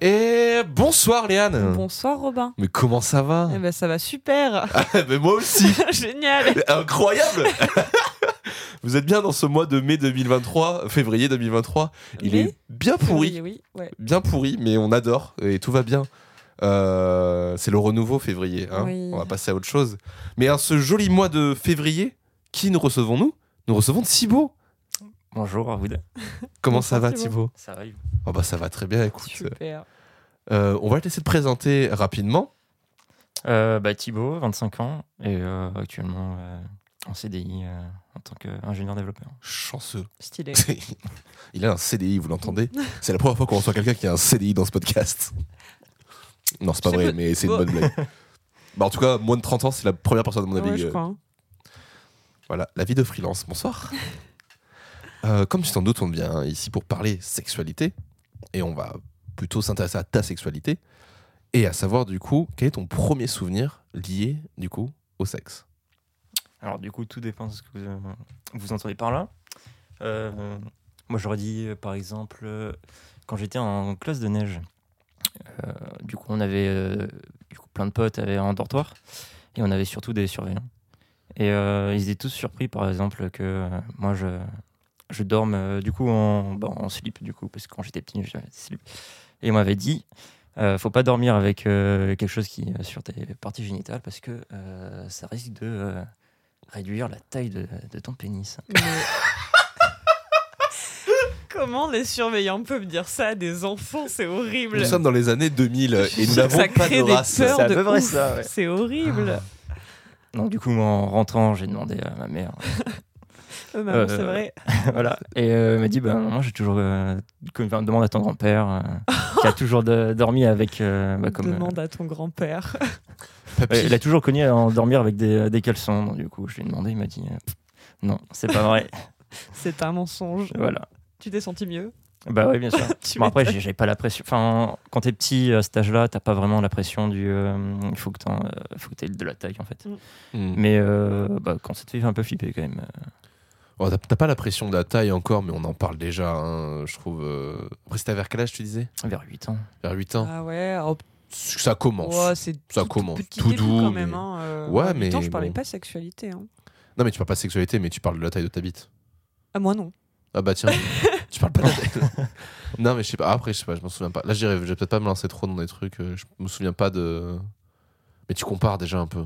Et bonsoir Mm. Léane Bonsoir Robin. Mais comment ça va Ah, Eh ben ça va super. Mais moi aussi Génial. Incroyable Vous êtes bien dans ce mois de mai 2023, février 2023. Il Mais- est bien pourri, Oui, oui, ouais. bien pourri, mais on adore et tout va bien. Euh, c'est le renouveau février, hein. Oui. on va passer à autre chose. Mais en ce joli mois de février, qui nous recevons-nous Nous recevons Thibaut. Bonjour à vous deux. Comment Bonsoir, ça va Thibaut. Thibaut Ça arrive. Oh bah ça va très bien, écoute. Super. Euh, on va te laisser te présenter rapidement. Euh, bah, Thibaut, 25 ans, et euh, actuellement euh, en CDI euh, en tant qu'ingénieur développeur. Chanceux. Stylé. Il a un CDI, vous l'entendez C'est la première fois qu'on reçoit quelqu'un qui a un CDI dans ce podcast. Non, c'est pas C'est vrai, peu- mais c'est une Bon. bonne blague. Bah, en tout cas, moins de 30 ans, c'est la première personne à mon avis. Ouais, je euh, crois. hein. voilà, la vie de freelance. Bonsoir. Euh, comme tu t'en doutes, on vient ici pour parler sexualité. Et on va plutôt s'intéresser à ta sexualité. Et à savoir, du coup, quel est ton premier souvenir lié, du coup, au sexe Alors, du coup, tout dépend de ce que vous, euh, vous entendez par là. Euh, moi, j'aurais dit, euh, par exemple, euh, quand j'étais en classe de neige, euh, du coup, on avait euh, du coup, plein de potes avaient un dortoir, et on avait surtout des surveillants. Et euh, ils étaient tous surpris, par exemple, que euh, moi, je, je dorme euh, du coup en, bah, en slip, du coup, parce que quand j'étais petit, j'avais des slips. Et on m'avait dit, euh, faut pas dormir avec euh, quelque chose qui est sur tes parties génitales, parce que euh, ça risque de... euh, réduire la taille de, de ton pénis. Mais- Comment les surveillants peuvent dire ça à des enfants C'est horrible. Nous sommes dans les années 2000 et nous Ça n'avons pas crée de des race. peurs C'est à de peu près ouf. ça, ouais. C'est Ah. horrible. Donc du coup, moi, en rentrant, j'ai demandé à ma mère. Euh, maman, Euh, c'est vrai. voilà. Et euh, elle m'a dit, bah, moi, j'ai toujours... euh, comme- enfin, demande à ton grand-père, euh, qui a toujours de- dormi avec... euh, bah, comme, euh, Demande à ton grand-père. Papy, ouais, il a toujours connu à en dormir avec des, des caleçons. Donc du coup, je lui ai demandé, il m'a dit, euh, pff, non, c'est pas vrai. C'est un mensonge. voilà. Tu t'es senti mieux Bah oui, bien sûr. Tu Bon, après, j'ai- j'avais pas la pression. Enfin, quand t'es petit à cet âge-là, t'as pas vraiment la pression du... euh, Il faut que t'en- euh, faut que t'aies de la taille, en fait. hmm. Mais euh, bah, quand ça te fait un peu flipper, quand même. euh, Oh, t'as- T'as pas la pression de la taille encore, mais on en parle déjà, hein, je trouve. euh. Après, c'était vers quel âge tu disais euh, vers 8 ans. Vers 8 ans Ah ouais, alors, Ça commence. ouais, c'est Ça tout- commence. petit Tout début doux, quand mais- même. hein, euh, Ouais, à huit mais ans, je parlais bon. pas sexualité. hein. Non, mais tu parles pas de sexualité, mais tu parles de la taille de ta bite. Ah moi non. Ah bah tiens, tu parles pas de la taille. non, mais je sais pas. Après, je sais pas, je m'en souviens pas. Là, j'irai, je vais peut-être pas me lancer trop dans des trucs. euh, Je me souviens pas de. Mais tu compares déjà un peu.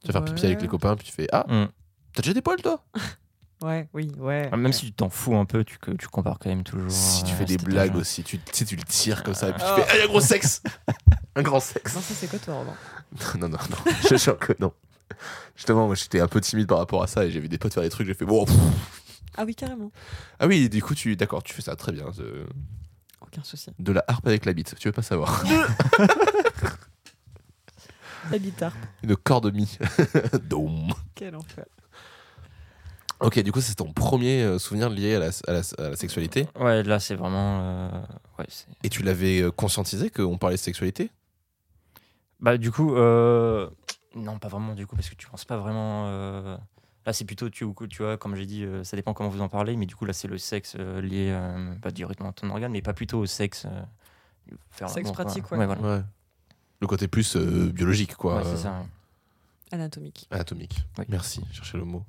Tu vas faire pipi Ouais. avec les copains, puis tu fais Ah, Mm. t'as déjà des poils toi Ouais, oui, ouais. Ah, Même si tu t'en fous un peu, tu, que- tu compares quand même toujours. Si tu euh, fais des cet blagues âge-là. aussi, tu, tu sais, tu le tires comme ça, et puis tu Oh. fais Ah, y a un gros sexe Un grand sexe Non, ça c'est quoi toi, Robin Non, non, non, je te jure que non. Justement, moi j'étais un peu timide par rapport à ça et j'ai vu des potes faire des trucs, j'ai fait bon. pff. Ah oui, carrément. Ah oui, du coup, tu d'accord, tu fais ça très bien. De, Aucun souci. de la harpe avec la bite, tu veux pas savoir. La guitare. Une corde mi. Dom. Quel enfer. Ok, du coup, c'est ton premier euh, souvenir lié à la, à la- à la sexualité Ouais, là c'est vraiment. euh, ouais, c'est- et tu l'avais euh, conscientisé qu'on parlait de sexualité bah, du coup, euh, non, pas vraiment du coup, parce que tu penses pas vraiment. euh, Là c'est plutôt, tu, tu vois, comme j'ai dit, euh, ça dépend comment vous en parlez, mais du coup là c'est le sexe euh, lié euh, bah, directement à ton organe, mais pas plutôt au sexe. euh, faire Sexe l'amour, quoi. pratique, ouais. Ouais, voilà. Ouais. Le côté plus euh, biologique, quoi. Ouais, c'est ça. ouais. Anatomique. Anatomique. Oui. Merci, cherchez le mot.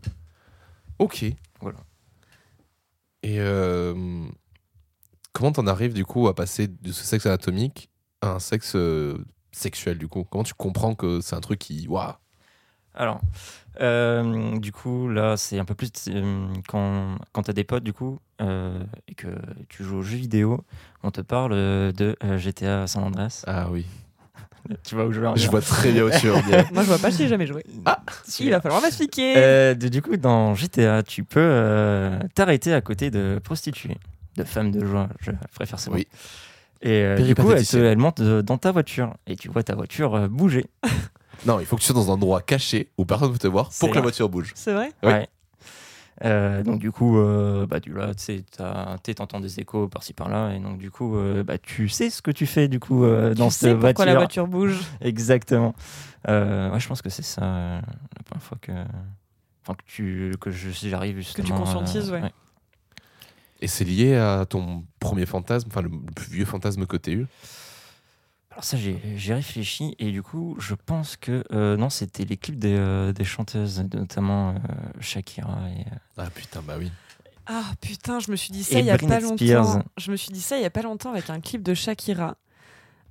Ok. Voilà. Et euh, comment t'en arrives du coup à passer de ce sexe anatomique à un sexe euh, sexuel du coup Comment tu comprends que c'est un truc qui. Waouh Alors, euh, du coup, là, c'est un peu plus euh, quand, quand t'as des potes, du coup, euh, et que tu joues aux jeux vidéo, on te parle euh, de euh, GTA San Andreas. Ah oui. Tu vois où je veux en Je venir vois très bien où tu veux en venir. Moi, je vois pas, je l'ai jamais joué. Il va falloir m'expliquer. Euh, de- du coup, dans GTA, tu peux euh, t'arrêter à côté de prostituées, de femmes de joie, je préfère ce mot. Oui. Et euh, du coup, elle, te, Péripatéticienne. elle monte euh, dans ta voiture et tu vois ta voiture euh, bouger. Non, il faut que tu sois dans un endroit caché où personne ne peut te voir C'est pour que vrai. la voiture bouge. C'est vrai Oui. Ouais. Euh, donc du coup, euh, bah, tu là, tu sais, t'as- t'es- t'entends des échos par-ci par-là, et donc du coup, euh, bah, tu sais ce que tu fais du coup euh, dans Tu cette sais pourquoi voiture. la voiture bouge Exactement. Euh, ouais, je pense que c'est ça euh, la première fois que, enfin que tu, que je, si j'arrive tu justement. euh, conscientises, ouais. Et c'est lié à ton premier fantasme, enfin le plus vieux fantasme que t'aies eu. Alors ça, j'ai j'ai réfléchi et du coup, je pense que euh, non, c'était les clips des, euh, des chanteuses, notamment euh, Shakira et, euh, Ah putain, bah oui. Ah putain, je me suis dit ça Et il y a pas Britney Spears. longtemps. Je me suis dit ça il y a pas longtemps avec un clip de Shakira.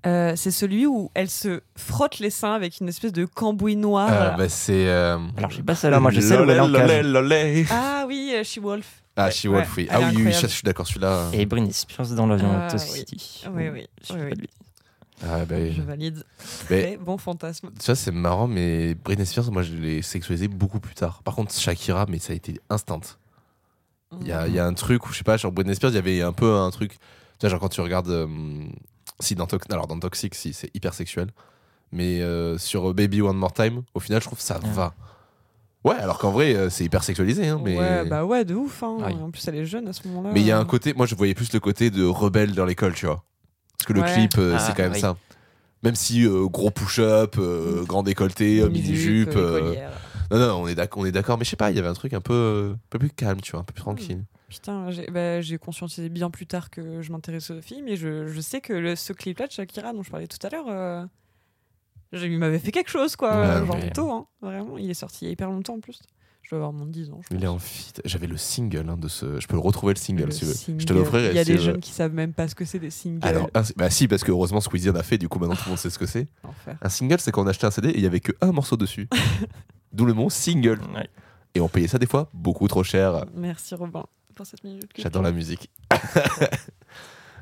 Euh, c'est celui où elle se frotte les seins avec une espèce de cambouis noir. Euh, bah, c'est. euh, Alors j'ai pas celle-là, moi j'ai celle où elle est en Lolé, cage. lolé, lolé. Ah oui, euh, She Wolf. Ah, She Ouais, Wolf, oui. elle Ah oui, est oui, oui, incroyable. je suis d'accord, celui-là. hein. Et Britney Spears dans l'avion Ah, Toast oui. City. Oui, oui, Je oui, sais pas oui. de lui. Ah, bah, Je valide. Mais- Très bon fantasme. Tu vois, c'est marrant, mais Britney Spears, moi, je l'ai sexualisée beaucoup plus tard. Par contre, Shakira, mais ça a été instant. Il y a, il y a un truc où, je sais pas, genre Britney Spears, il y avait un peu un truc. Tu vois, genre quand tu regardes. euh, si dans Tox- Alors, dans Toxic, si, c'est hyper sexuel. Mais euh, sur Baby One More Time, au final, je trouve que ça Ah. va. Ouais, alors qu'en vrai, euh, c'est hyper sexualisé. hein, mais Ouais, bah ouais, de ouf. hein. Ah oui. En plus, elle est jeune à ce moment-là. mais il y a un côté. Moi, je voyais plus le côté de rebelle dans l'école, tu vois. Parce que le Ouais. clip, euh, Ah, c'est quand même oui. ça. Même si euh, gros push-up, euh, grand décolleté, euh, mini-jupe. euh, collière. non, non, on est d'ac- on est d'accord, mais je sais pas, il y avait un truc un peu, euh, un peu plus calme, tu vois, un peu plus tranquille. Mm. Putain, j'ai bah, j'ai conscientisé bien plus tard que je m'intéresse aux filles, mais je, je sais que le- ce clip-là de Shakira dont je parlais tout à l'heure, euh, j'ai- il m'avait fait quelque chose, quoi. Ouais, genre mais- tôt, hein, vraiment. Il est sorti il y a hyper longtemps en plus. Je dois avoir mon 10 ans. je Il est pense. en feat. J'avais le single hein, de ce. Je peux le retrouver le single Le si tu veux. Je te single. l'offrirai. Il y a si des tu veux. jeunes qui savent même pas ce que c'est des singles. Alors, un- bah si, parce que heureusement Squeezie en a fait, du coup maintenant tout le monde sait ce que c'est. L'enfer. Un single, c'est quand on achetait un CD et il y avait que un morceau dessus. D'où le mot single. Ouais. Et on payait ça des fois beaucoup trop cher. Merci Robin pour cette minute. culture. J'adore la musique.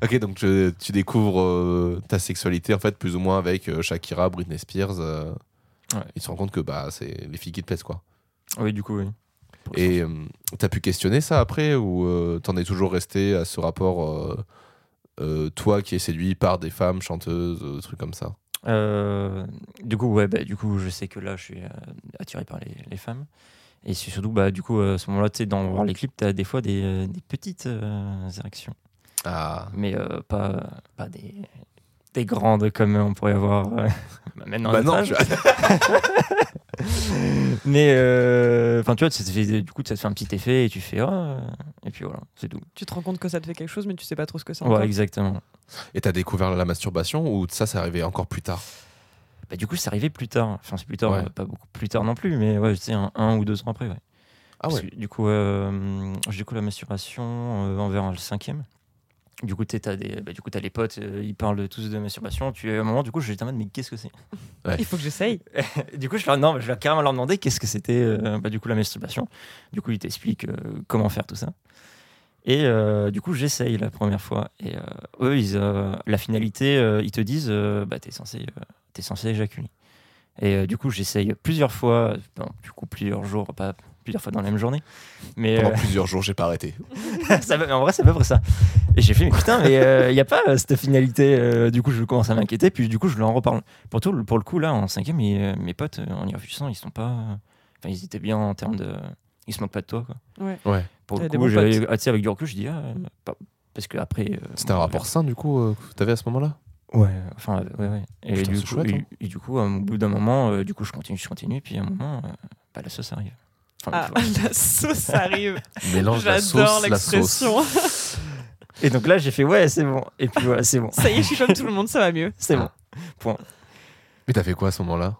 ok, donc tu, tu découvres euh, ta sexualité en fait plus ou moins avec euh, Shakira, Britney Spears. euh, Ouais. Ils se rendent compte que bah c'est les filles qui te plaisent quoi. Oui, du coup, oui. Et euh, t'as pu questionner ça après ou euh, t'en es toujours resté à ce rapport euh, euh, toi qui es séduit par des femmes chanteuses, euh, trucs comme ça Euh, du coup, ouais, bah, du coup, je sais que là, je suis euh, attiré par les, les femmes. Et c'est surtout, bah, du coup, euh, à ce moment-là, tu sais, dans voir les clips, t'as des fois des, euh, des petites euh, érections. Ah, Mais euh, pas, pas des, des grandes comme on pourrait avoir euh, maintenant. à bah notre non, âge. je- Mais, euh, enfin, tu vois, ça te fait- du coup, ça te fait un petit effet et tu fais, ah, et puis voilà, c'est tout. Tu te rends compte que ça te fait quelque chose, mais tu sais pas trop ce que c'est. encore. Ouais, exactement. et t'as découvert la masturbation ou ça, c'est arrivé encore plus tard Bah, du coup, c'est arrivé plus tard. Enfin, c'est plus tard, Ouais. euh, pas beaucoup plus tard non plus, mais ouais, c'est un, un ou deux ans après, ouais. Ah Parce que, du coup, euh, j'ai découvert la masturbation euh, envers le cinquième. Du coup, tu as des, bah, du coup, t'as les potes, euh, ils parlent tous de masturbation. Tu, à un moment, du coup, j'étais en mode, mais qu'est-ce que c'est Il faut que j'essaye. Du coup, je leur, non, je leur carrément leur demander qu'est-ce que c'était, euh, bah, du coup, la masturbation. Du coup, ils t'expliquent euh, comment faire tout ça. Et euh, du coup, j'essaye la première fois. Et euh, eux, ils, euh, la finalité, euh, ils te disent, euh, bah, t'es censé, euh, t'es censé éjaculer. Et euh, du coup, j'essaye plusieurs fois, non, du coup, plusieurs jours, pas plusieurs fois dans la même journée. Mais Pendant euh, plusieurs jours, j'ai pas arrêté. Ça va- en vrai, c'est à peu près ça. Et j'ai fait, mais putain, mais il n'y a pas euh, cette finalité. euh, du coup, je commence à m'inquiéter, puis du coup, je leur en reparle. Pour, tout, pour le coup, là, en cinquième, ils, euh, mes potes, euh, en y réfléchissant, ils sont pas. euh, Enfin, ils étaient bien en termes de. Ils se moquent pas de toi, quoi. Ouais. Ouais. Pour T'as le des coup, bons j'avais- ah, tu sais, avec du recul, je dis, ah, euh, Mm. pas- parce que après. euh, C'était un bon, rapport sain, du coup, euh, que t'avais à ce moment-là Ouais, enfin, euh, ouais, ouais. Et, Putain, du, c'est coup, chouette, et- hein. et du coup, euh, au bout d'un moment, euh, du coup, je continue, je continue, puis à un moment, euh, bah, la sauce arrive. Enfin, Ah, tu vois. la sauce arrive. Mélange la J'adore sauce, la sauce. l'expression. Et donc là, j'ai fait, ouais, c'est bon. Et puis voilà, c'est bon. Ça y est, je suis comme tout le monde, ça va mieux. C'est Ah. bon. Mais t'as fait quoi à ce moment-là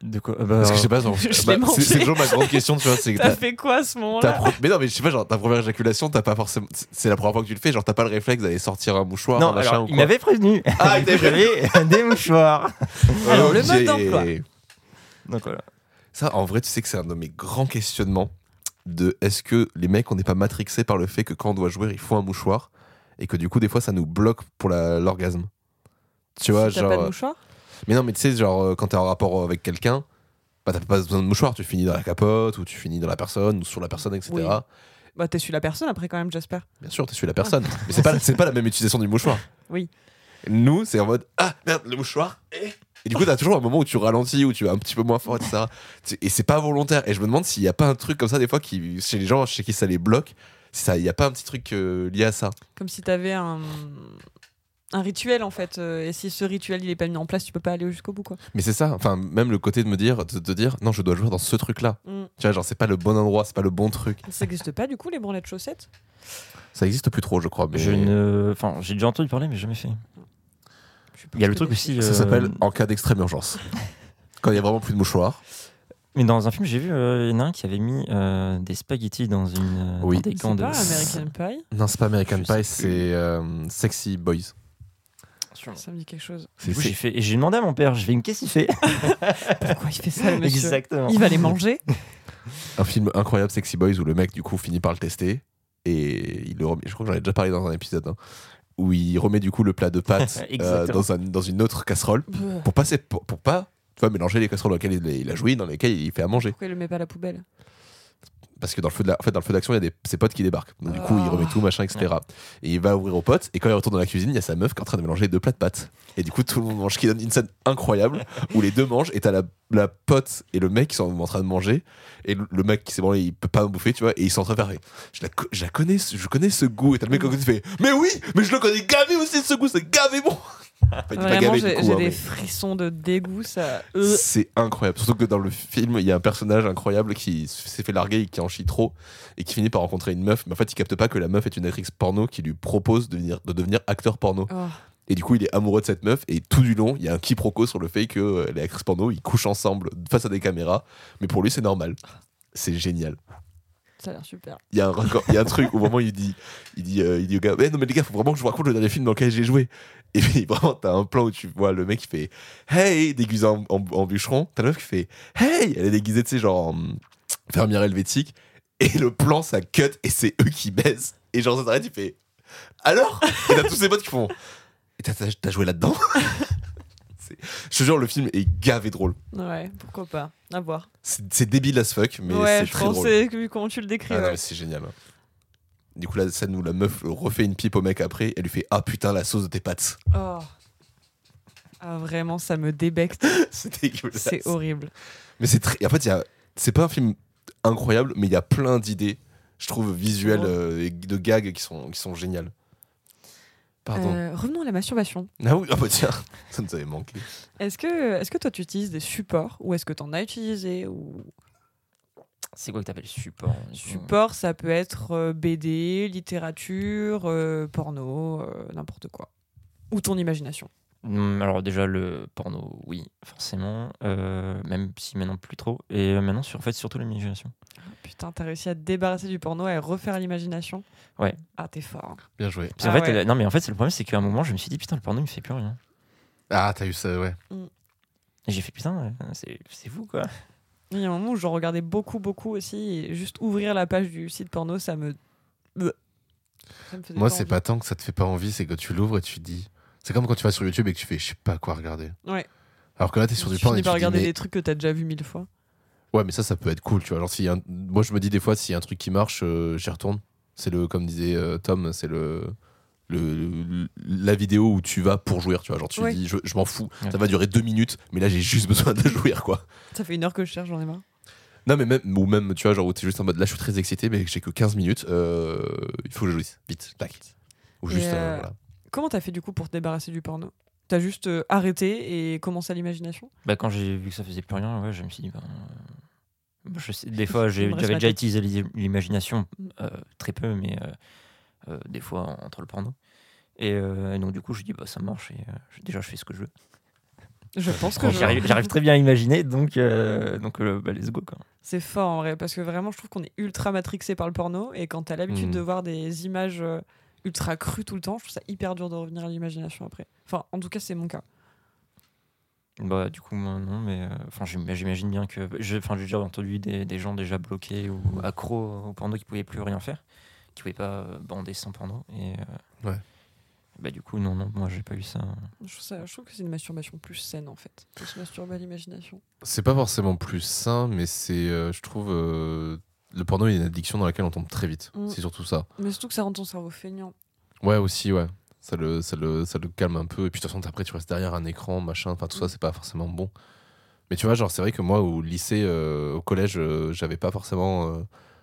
De quoi euh, Parce que je sais pas, genre, Euh, je l'ai bah, mangé. c'est c'est toujours ma grande question, tu vois. C'est que T'as t'as- fait quoi à ce Ta moment-là pro- Mais non, mais je sais pas, genre ta première éjaculation, t'as pas forcément. C'est la première fois que tu le fais, genre t'as pas le réflexe d'aller sortir un mouchoir, Non, un machin alors, ou il quoi. m'avait prévenu. Ah, il t'avait J'avais des mouchoirs. Alors, le mode hein, Ok. d'emploi. Donc voilà. Ça, en vrai, tu sais que c'est un de mes grands questionnements de est-ce que les mecs, on n'est pas matrixés par le fait que quand on doit jouer, il faut un mouchoir et que du coup, des fois, ça nous bloque pour la- l'orgasme. Tu vois, si t'as genre. pas de mouchoir Mais non, mais tu sais, genre, euh, quand t'es en rapport avec quelqu'un, bah, t'as pas besoin de mouchoir, tu finis dans la capote, ou tu finis dans la personne, ou sur la personne, etc. Oui. Bah, t'es su la personne après, quand même, Jasper. Bien sûr, t'es sur la personne. Mais c'est pas, c'est pas la même utilisation du mouchoir. Oui. Nous, c'est en mode Ah merde, le mouchoir eh. Et du coup, t'as toujours un moment où tu ralentis, où tu vas un petit peu moins fort, etc. Tu- Et c'est pas volontaire. Et je me demande s'il n'y a pas un truc comme ça, des fois, qui, chez les gens chez qui ça les bloque, s'il n'y a pas un petit truc euh, lié à ça. Comme si t'avais un. Un rituel en fait, euh, et si ce rituel il est pas mis en place, tu peux pas aller jusqu'au bout quoi. Mais c'est ça, enfin, même le côté de me dire, de, de dire Non, je dois jouer dans ce truc-là. Mm. Tu vois, genre, c'est pas le bon endroit, c'est pas le bon truc. Ça n'existe pas du coup les branlettes chaussettes Ça existe plus trop, je crois. Mais... Je ne. Enfin, j'ai déjà entendu parler, mais jamais fait. Je Il y a le pense truc que aussi. Ça euh, s'appelle En cas d'extrême urgence. Quand il y a vraiment plus de mouchoir. Mais dans un film, j'ai vu, euh, il y en a un qui avait mis euh, des spaghettis dans une. euh, Oui. dans des C'est gants de. pas American Pie Non, c'est pas American Je sais Pie, c'est euh, Sexy Boys. Sûrement. Ça me dit quelque chose. C'est Du coup, j'ai c'est- fait. et J'ai demandé à mon père, je vais me qu'est-ce qu'il fait Pourquoi il fait ça le monsieur Exactement. Il va les manger un film incroyable, Sexy Boys, où le mec, du coup, finit par le tester. Et il le remet, je crois que j'en ai déjà parlé dans un épisode, hein, où il remet du coup le plat de pâtes euh, Exactement. dans, un- dans une autre casserole Bleh. pour, passer, pour, pour pas tu vois, mélanger les casseroles dans lesquelles il, il a joué, dans lesquelles il fait à manger. Pourquoi il le met pas à la poubelle Parce que dans le feu de la- en fait, dans le feu d'action, il y a des, ses potes qui débarquent. Donc du coup, il Ah. remet tout, machin, etc. Et il va ouvrir aux potes. Et quand il retourne dans la cuisine, il y a sa meuf qui est en train de mélanger les deux plats de pâtes. Et du coup, tout le monde mange, ce qui donne une scène incroyable où les deux mangent. Et t'as la, la pote et le mec qui sont en train de manger. Et le, le mec qui s'est branlé, il peut pas en bouffer, tu vois. Et ils sont en train de faire. mais Je la, co- je la connais, ce- je connais ce goût. Et t'as le mec qui fait. Mais oui, mais je le connais gavé aussi ce goût, c'est gavé bon. Enfin, il dit pas Vraiment, gavé, du j'ai coup, j'ai hein, des mais- frissons de dégoût, ça. Euh, c'est incroyable. Surtout que dans le film, il y a un personnage incroyable qui s'est fait larguer et qui en chie trop et qui finit par rencontrer une meuf. Mais en fait, il capte pas que la meuf est une actrice porno qui lui propose de, venir- de devenir acteur porno. oh. Et du coup, il est amoureux de cette meuf et tout du long, il y a un quiproquo sur le fait que euh, les actrices porno, ils couchent ensemble face à des caméras. Mais pour lui, c'est normal. C'est génial. Ça a l'air super. Il y, a un raccord- il y a un truc où vraiment il dit, il dit, euh, il dit au gars, Eh non mais les gars, faut vraiment que je vous raconte le dernier film dans lequel j'ai joué. Et puis vraiment, t'as un plan où tu vois le mec qui fait Hey, déguisé en, en, en bûcheron. T'as la meuf qui fait Hey, elle est déguisée, tu sais, genre en fermière helvétique. Et le plan, ça cut et c'est eux qui baissent. Et genre, ça s'arrête, il fait Alors Et t'as tous ses potes qui font Et t'as- t'as t'as joué là-dedans C'est- Je te jure, le film est gavé drôle. Ouais, pourquoi pas. À voir. C'est c'est débile as fuck, mais ouais, c'est je très drôle. pensais que vu comment tu le décris. Ah non, ouais. mais c'est génial. Du coup, la scène où la meuf refait une pipe au mec après, elle lui fait Ah putain, la sauce de tes pattes. Oh. Ah, vraiment, ça me débecte. C'est dégueulasse. C'est horrible. Mais c'est très. En fait, il y a- c'est pas un film incroyable, mais il y a plein d'idées, je trouve, visuelles, euh, et de gags qui sont, qui sont géniales. Pardon. Euh, revenons à la masturbation. Ah oui, ah bah tiens, ça nous avait manqué. Est-ce que, est que toi tu utilises des supports ou est-ce que t'en as utilisé ou... C'est quoi que t'appelles support Support, ça peut être euh, BD, littérature, euh, porno, euh, n'importe quoi. Ou ton imagination. Hum, Alors déjà le porno, oui, forcément, euh, même si maintenant plus trop. Et euh, maintenant, sur, en fait, surtout l'imagination. Putain, t'as réussi à te débarrasser du porno et à refaire l'imagination Ouais. Ah, t'es fort. hein. Bien joué. Puis en Ah fait, ouais. euh, non, mais en fait, c'est le problème, c'est qu'à un moment, je me suis dit putain, le porno, il me fait plus rien. Ah, t'as eu ça, ouais. Et j'ai fait putain, euh, c'est c'est vous quoi. Il y a un moment où j'en regardais beaucoup, beaucoup aussi. Et juste ouvrir la page du site porno, ça me. Bleh. Ça me faisait envie. tant que ça te fait pas envie, c'est que tu l'ouvres et tu dis. C'est comme quand tu vas sur YouTube et que tu fais Je sais pas quoi regarder. Ouais. Alors que là, t'es tu finis par regarder des trucs que t'as déjà vu mille fois. Ouais, mais ça, ça peut être cool, tu vois. Genre, s'il y a un- Moi, je me dis des fois, s'il y a un truc qui marche, euh, j'y retourne. C'est le, comme disait euh, Tom, c'est le, le, la vidéo où tu vas pour jouir, tu vois. Genre, tu Ouais. dis, je, je m'en fous, Ouais. ça va durer deux minutes, mais là, j'ai juste besoin de jouir, quoi. Ça fait une heure que je cherche, j'en ai marre. Non, mais même, ou même, tu vois, genre, où t'es juste en mode, là, je suis très excité, mais j'ai que 15 minutes, euh, il faut que je jouisse, vite, tac. Ou Et juste, euh, euh, voilà. Comment t'as fait du coup pour te débarrasser du porno T'as juste euh, arrêté et commencé à l'imagination Bah quand j'ai vu que ça faisait plus rien, ouais, je me suis dit ben, euh, je sais- des fois j'ai- Il me reste j'avais ma déjà tête. utilisé l'i- l'imagination Mm. euh, très peu, mais euh, euh, des fois entre le porno. Et, euh, et donc du coup je dis bah ça marche et euh, je- déjà je fais ce que je veux. Je pense que Quand je- j'y J'arrive j'arrive très bien à imaginer donc euh, donc euh, bah, let's go quoi. C'est fort en vrai, parce que vraiment, je trouve qu'on est ultra matrixé par le porno. Et quand t'as l'habitude Mhm. de voir des images euh, ultra crues tout le temps, je trouve ça hyper dur de revenir à l'imagination après. Enfin, en tout cas, c'est mon cas. Bah, du coup, moi, non, mais euh, enfin, j'im- j'imagine bien que. j'ai- Enfin, j'ai déjà entendu des, des gens déjà bloqués ou accros au porno qui pouvaient plus rien faire, qui pouvaient pas euh, bander sans porno. Et. euh, Ouais. Bah, du coup, non, non, moi, j'ai pas eu ça. Je trouve, ça- je trouve que c'est une masturbation plus saine en fait. On se masturbe à l'imagination. C'est pas forcément plus sain, mais c'est, euh, je trouve, euh, le porno est une addiction dans laquelle on tombe très vite. Mm. C'est surtout ça. Mais surtout que ça rend ton cerveau feignant. Ouais, aussi, ouais. Ça le, ça le, ça le calme un peu. Et puis de toute façon, après, tu restes derrière un écran, machin. Enfin, tout ça, c'est pas forcément bon. Mais tu vois, genre, c'est vrai que moi, au lycée, euh, au collège, euh, j'avais pas forcément euh,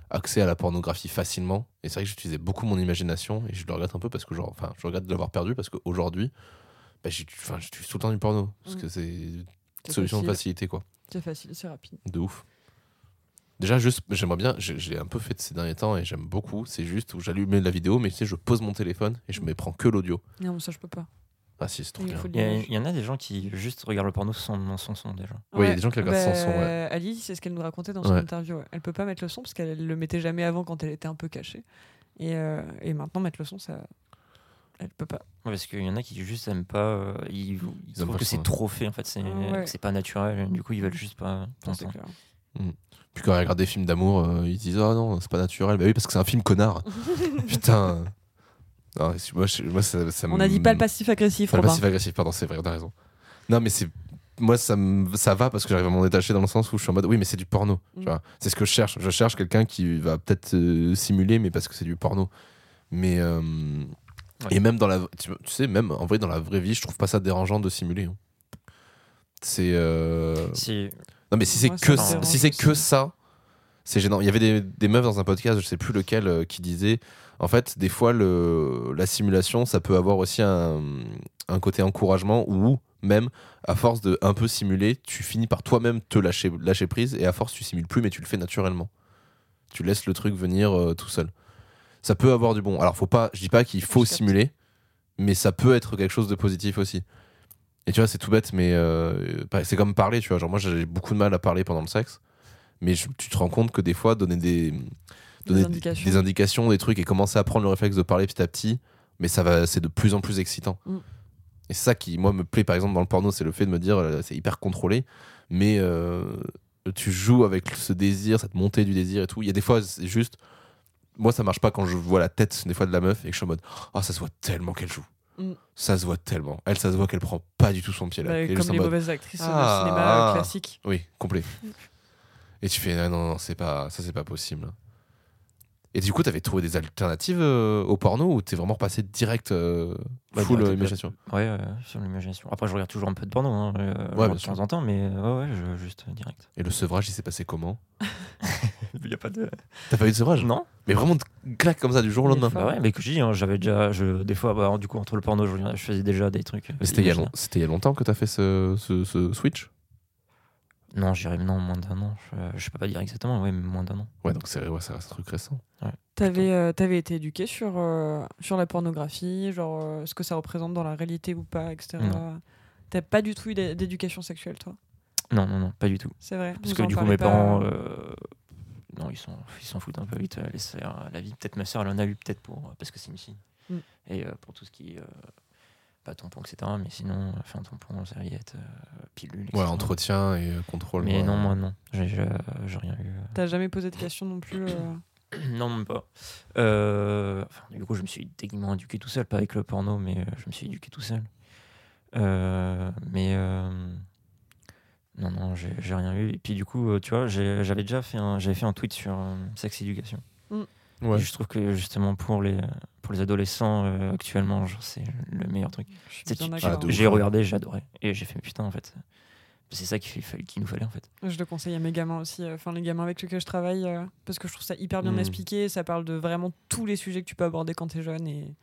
accès à la pornographie facilement. Et c'est vrai que j'utilisais beaucoup mon imagination. Et je le regrette un peu parce que, genre, enfin, je regrette de l'avoir perdu parce qu'aujourd'hui, bah, j'ai- enfin, j'utilise tout le temps du porno. Parce Mm. que c'est une C'est solution de facile. facilité, quoi. C'est facile, c'est rapide. De ouf. Déjà, juste, j'aimerais bien, j'ai j'ai un peu fait de ces derniers temps et j'aime beaucoup. C'est juste où j'allumais la vidéo, mais tu sais, je pose mon téléphone et je me prends que l'audio. Non, ça je peux pas. Ah si, c'est trop Il bien. faut de Il y, a- l'image. il y en a des gens qui juste regardent le porno sans, sans son déjà. Ouais, il y a des gens qui regardent sans son, ouais. Ali, Bah, c'est ce qu'elle nous racontait dans son Ouais. interview. ouais. Elle peut pas mettre le son parce qu'elle le mettait jamais avant quand elle était un peu cachée. Et, euh, et maintenant, mettre le son, ça. Elle peut pas. Ouais, parce qu'il y en a qui juste aiment pas. euh, ils, ils aiment trouvent pas le que son, c'est ouais. trop fait en fait, c'est Ouais. que c'est pas naturel. Du coup, ils veulent juste pas. Ça, c'est l'entendre. clair. Puis quand ils regardent des films d'amour, euh, ils disent ah non, c'est pas naturel. Bah oui, parce que c'est un film connard. Putain. Non, je- moi, je- moi, ça, ça On me- a dit pas le passif-agressif, Pas le Robin. passif agressif, pardon, c'est vrai, t'as raison. Non, mais c'est moi ça me- ça va parce que j'arrive à m'en détacher dans le sens où je suis en mode oui mais c'est du porno Mm. Tu vois, c'est ce que je cherche je cherche quelqu'un qui va peut-être euh, simuler mais parce que c'est du porno mais euh, et même dans la tu, tu sais même en vrai dans la vraie vie je trouve pas ça dérangeant de simuler hein. c'est euh, Si, Non, mais si c'est Moi, ça que me ça, dérange si c'est que aussi. ça, c'est gênant. Il y avait des, des meufs dans un podcast, je sais plus lequel, euh, qui disait en fait, des fois, le, la simulation, ça peut avoir aussi un, un côté encouragement ou même à force de un peu simuler, tu finis par toi-même te lâcher, lâcher prise et à force, tu simules plus, mais tu le fais naturellement. Tu laisses le truc venir euh, tout seul. Ça peut avoir du bon. Alors, faut pas, je dis pas qu'il faut Je capte. simuler, mais ça peut être quelque chose de positif aussi. Et tu vois, c'est tout bête, mais euh, pareil, c'est comme parler, tu vois. Genre, moi, j'ai beaucoup de mal à parler pendant le sexe, mais je- tu te rends compte que des fois, donner des, donner des- indications. des indications, des trucs, et commencer à prendre le réflexe de parler petit à petit, mais ça va, c'est de plus en plus excitant. Mm. Et c'est ça qui, moi, me plaît, par exemple, dans le porno, c'est le fait de me dire, euh, c'est hyper contrôlé, mais euh, tu joues avec ce désir, cette montée du désir et tout. Il y a des fois, c'est juste. Moi, ça marche pas quand je vois la tête, des fois, de la meuf, et que je suis en mode, oh, ça se voit tellement qu'elle joue. Mm. Ça se voit tellement. Elle, ça se voit qu'elle prend pas du tout son pied là. Bah, Elle est comme juste en les mode, mauvaises actrices euh, Ah. de cinéma euh, classique. oui, complet. Et tu fais, ah non, non, c'est pas, ça c'est pas possible. Et du coup, t'avais trouvé des alternatives euh, au porno ou t'es vraiment repassé direct euh, Ouais, full Bah, direct, euh, imagination ouais, ouais, sur l'imagination. Après, je regarde toujours un peu de porno, hein, euh, bien de sûr. temps en temps, mais euh, ouais, ouais, je- juste euh, direct. Et le sevrage, il s'est passé comment Il y a pas de. T'as pas eu de sevrage Ah, Non Mais vraiment, de claque comme ça du jour au Des lendemain. fois. Bah ouais, mais que je dis, hein, j'avais déjà. Je, des fois, bah, du coup, entre le porno, je, regardais- je faisais déjà des trucs. Mais c'était il, y a long- imaginaires. c'était il y a longtemps que t'as fait ce, ce- ce switch Non, j'irais non, moins d'un an. Je, je peux pas dire exactement, ouais, mais moins d'un an. Ouais, donc c'est ouais, ça reste un truc récent. T'avais euh, t'avais été éduqué sur, euh, sur la pornographie, genre euh, ce que ça représente dans la réalité ou pas, etc. T'as pas du tout eu d'é- d'éducation sexuelle, toi Non, non, non, pas du tout. C'est vrai. Parce vous que en du coup, parlez mes pas. parents, euh, non, ils s'en ils s'en foutent un peu vite. euh, Laisse faire euh, la vie. Peut-être ma soeur, elle en a eu peut-être pour. euh, Parce que c'est une fille. Mm. Et euh, pour tout ce qui. euh, pas tampon, etc. Mais sinon, euh, enfin, tampon, serviette, euh, pilule. Ouais, etc.. entretien et euh, contrôle. Mais ouais. non, moi, non. J'ai j'ai- j'ai rien eu. euh. T'as jamais posé de questions non plus euh, non, même pas. Euh, enfin, du coup, je me suis techniquement éduqué tout seul. Pas avec le porno, mais euh, je me suis éduqué tout seul. Euh, mais. euh, non, non, j'ai j'ai rien eu. Et puis, du coup, euh, tu vois, j'ai- j'avais déjà fait un, j'avais fait un tweet sur euh, sexe éducation. Ouais. Et je trouve que justement pour les, pour les adolescents euh, actuellement, genre, c'est le meilleur truc. Je suis C'est- bien tu- d'accord. Ah, de ouf. J'ai regardé, j'ai adoré. Et j'ai fait, putain, en fait, c'est ça qu'il fa- qu'il nous fallait en fait. Je le conseille à mes gamins aussi, euh, enfin les gamins avec lesquels je travaille, euh, parce que je trouve ça hyper bien Mm. expliqué. Ça parle de vraiment tous les sujets que tu peux aborder quand t'es jeune et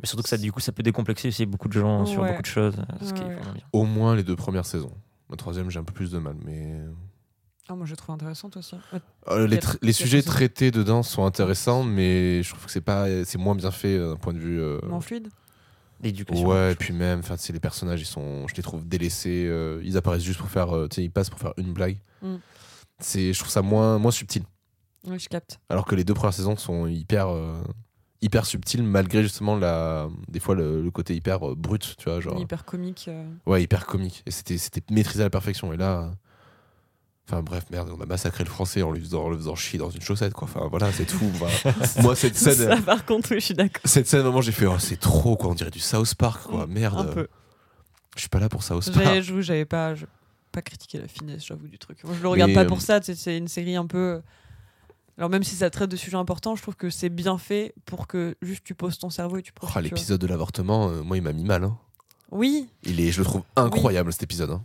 Mais surtout que ça, du coup, ça peut décomplexer aussi beaucoup de gens sur Ouais. beaucoup de choses, ce qui est Ouais. vraiment bien. Au moins les deux premières saisons. La troisième, j'ai un peu plus de mal, mais. ah moi je le trouve intéressante aussi. Ah, Euh, les, Quatre- tra- les quatre sujets saisons. traités dedans sont intéressants, mais je trouve que c'est pas, c'est moins bien fait euh, d'un point de vue. euh, mais en fluide. L'éducation. Ouais, et je puis même, enfin, c'est les personnages, ils sont, je les trouve délaissés. euh, ils apparaissent juste pour faire, euh, tu sais, ils passent pour faire une blague. Mm. C'est, je trouve ça moins, moins subtil. Oui, je capte. Alors que les deux premières saisons sont hyper, euh, hyper subtil malgré justement la des fois le, le côté hyper euh, brut tu vois genre Hyper comique. euh. ouais hyper comique et c'était c'était maîtrisé à la perfection et là euh, enfin bref merde on a massacré le français en lui faisant en le faisant chier dans une chaussette quoi enfin voilà c'est tout Enfin, moi cette scène Ça, par contre, oui, je suis d'accord. cette scène moment j'ai fait oh, c'est trop quoi on dirait du South Park quoi Mm, merde Un peu. je suis pas là pour South J'avais- Park J'avoue, j'avais pas, je- pas critiqué la finesse, j'avoue, du truc. Moi, je le regarde Mais, pas euh, pour ça. tu sais, C'est une série un peu. euh, Alors, même si ça traite de sujets importants, je trouve que c'est bien fait pour que juste tu poses ton cerveau et tu Oh, profites. tu vois. l'épisode de l'avortement euh, moi il m'a mis mal hein. oui, il est je le trouve incroyable cet épisode hein.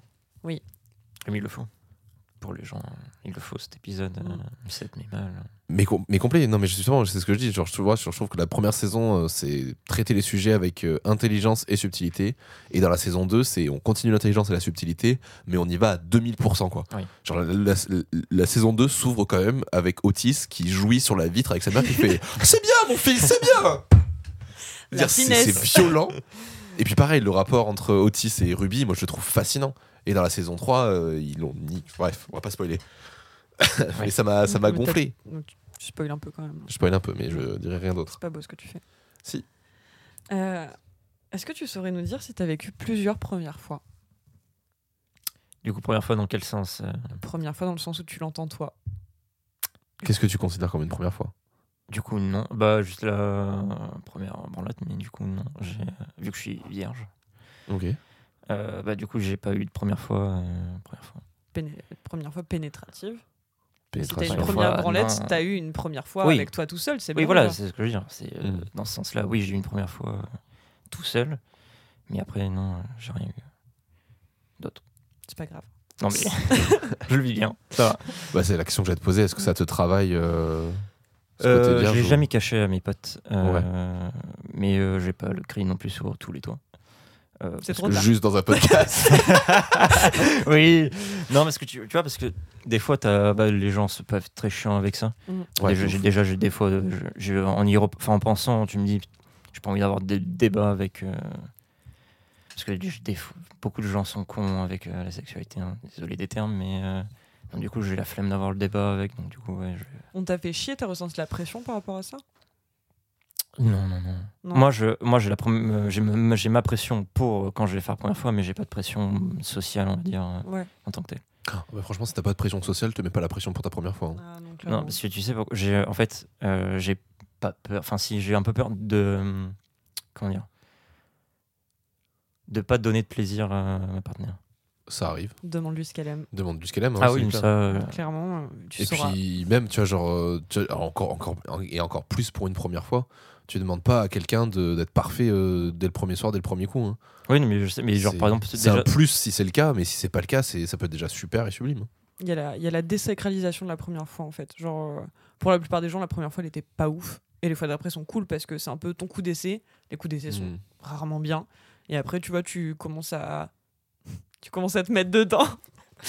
Mais il le faut. Pour les gens, euh, il le faut cet épisode. Mm. euh, Cette mais mal. Mais, com- mais complet, non, mais justement, c'est ce que je dis. Genre, je, vois, je trouve que la première saison, euh, c'est traiter les sujets avec euh, intelligence et subtilité. Et dans la saison 2, c'est on continue l'intelligence et la subtilité, mais on y va à 2000%. Quoi. Oui. Genre, la, la- la- la saison 2 s'ouvre quand même avec Otis qui jouit sur la vitre avec sa mère qui fait Ah, C'est bien, mon fils, c'est bien La Dire, c'est- finesse. C'est violent. Et puis, pareil, le rapport entre Otis et Ruby, moi, je le trouve fascinant. Et dans la saison 3, euh, ils l'ont ni. Bref, on va pas spoiler. mais ça m'a ça m'a Mais t'as- gonflé. Donc, tu- tu spoil un peu quand même. Je spoil un peu, mais je dirai rien d'autre. C'est pas beau ce que tu fais. Si. Euh, Est-ce que tu saurais nous dire si t'as vécu plusieurs premières fois Du coup, première fois, dans quel sens euh, Première fois dans le sens où tu l'entends toi. Qu'est-ce que tu considères comme une première fois Du coup, non. Bah, juste la euh, première branlette, mais du coup, non. J'ai, euh, vu que je suis vierge, Ok. euh, bah, du coup, j'ai pas eu de première fois. euh, première fois. Péné- première fois pénétrative. Si t'as Pénétration. Bah, une Première première fois, branlette, non. t'as eu une première fois Oui. avec toi tout seul, c'est Oui, bon, voilà, genre. c'est ce que je veux dire. C'est euh, Mm. dans ce sens-là. Oui, j'ai eu une première fois euh, tout seul, mais après, non, euh, j'ai rien eu. C'est pas grave. Non, mais je le vis bien. Ça va. Bah, c'est la question que j'allais te poser. Est-ce que ça te travaille euh, ce côté Euh, je vierge l'ai ou- jamais caché à mes potes, euh, mais euh, j'ai pas le cri non plus sur tous les toits. Euh, C'est parce trop que- tard. Juste dans un podcast. oui. Non, parce que tu, tu vois, parce que des fois, t'as- bah, les gens se peuvent être très chiants avec ça. Ouais, déjà, de j'ai- ouf. déjà, j'ai des fois, euh, je- j'ai- en, y rep- enfin, en pensant, tu me dis, j'ai pas envie d'avoir des débats avec. euh, parce que j'ai des fois- beaucoup de gens sont cons avec euh, la sexualité. hein. Désolé des termes, mais euh, donc, du coup, j'ai la flemme d'avoir le débat avec. Donc, du coup, ouais, je- On t'a fait chier, t'as ressenti la pression par rapport à ça Non, non, non. Non. Moi, je, moi, j'ai la premi- euh, j'ai ma- j'ai ma pression pour euh, quand je vais faire la première fois, mais j'ai pas de pression sociale, on va dire, euh, Ouais. en tant que telle. Ah, bah, franchement, si t'as pas de pression sociale, te mets pas la pression pour ta première fois. hein. Ah, non, clairement. Non, parce que tu sais, pourquoi- j'ai, en fait, euh, j'ai pas peur. Enfin, si, j'ai un peu peur de. euh, Comment dire De pas donner de plaisir à ma partenaire. Ça arrive. Demande-lui ce qu'elle aime. Demande du ce qu'elle aime. hein, ah c'est oui, mais clair. ça. euh, Clairement, euh, tu Et sauras. puis, même, tu vois, genre, euh, tu vois, encore, encore, et encore plus pour une première fois, tu demandes pas à quelqu'un de- d'être parfait euh, dès le premier soir, dès le premier coup. hein. Oui, non, mais je sais, mais genre, C'est- par exemple, c'est un déjà- plus si c'est le cas, mais si c'est pas le cas, c'est- ça peut être déjà super et sublime. hein. Il y, a la- il y a la désacralisation de la première fois, en fait. Genre, euh, pour la plupart des gens, la première fois, elle était pas ouf. Et les fois d'après sont cool parce que c'est un peu ton coup d'essai. Les coups d'essai sont Mm. rarement bien. Et après, tu vois, tu commences à. Tu commences à te mettre dedans,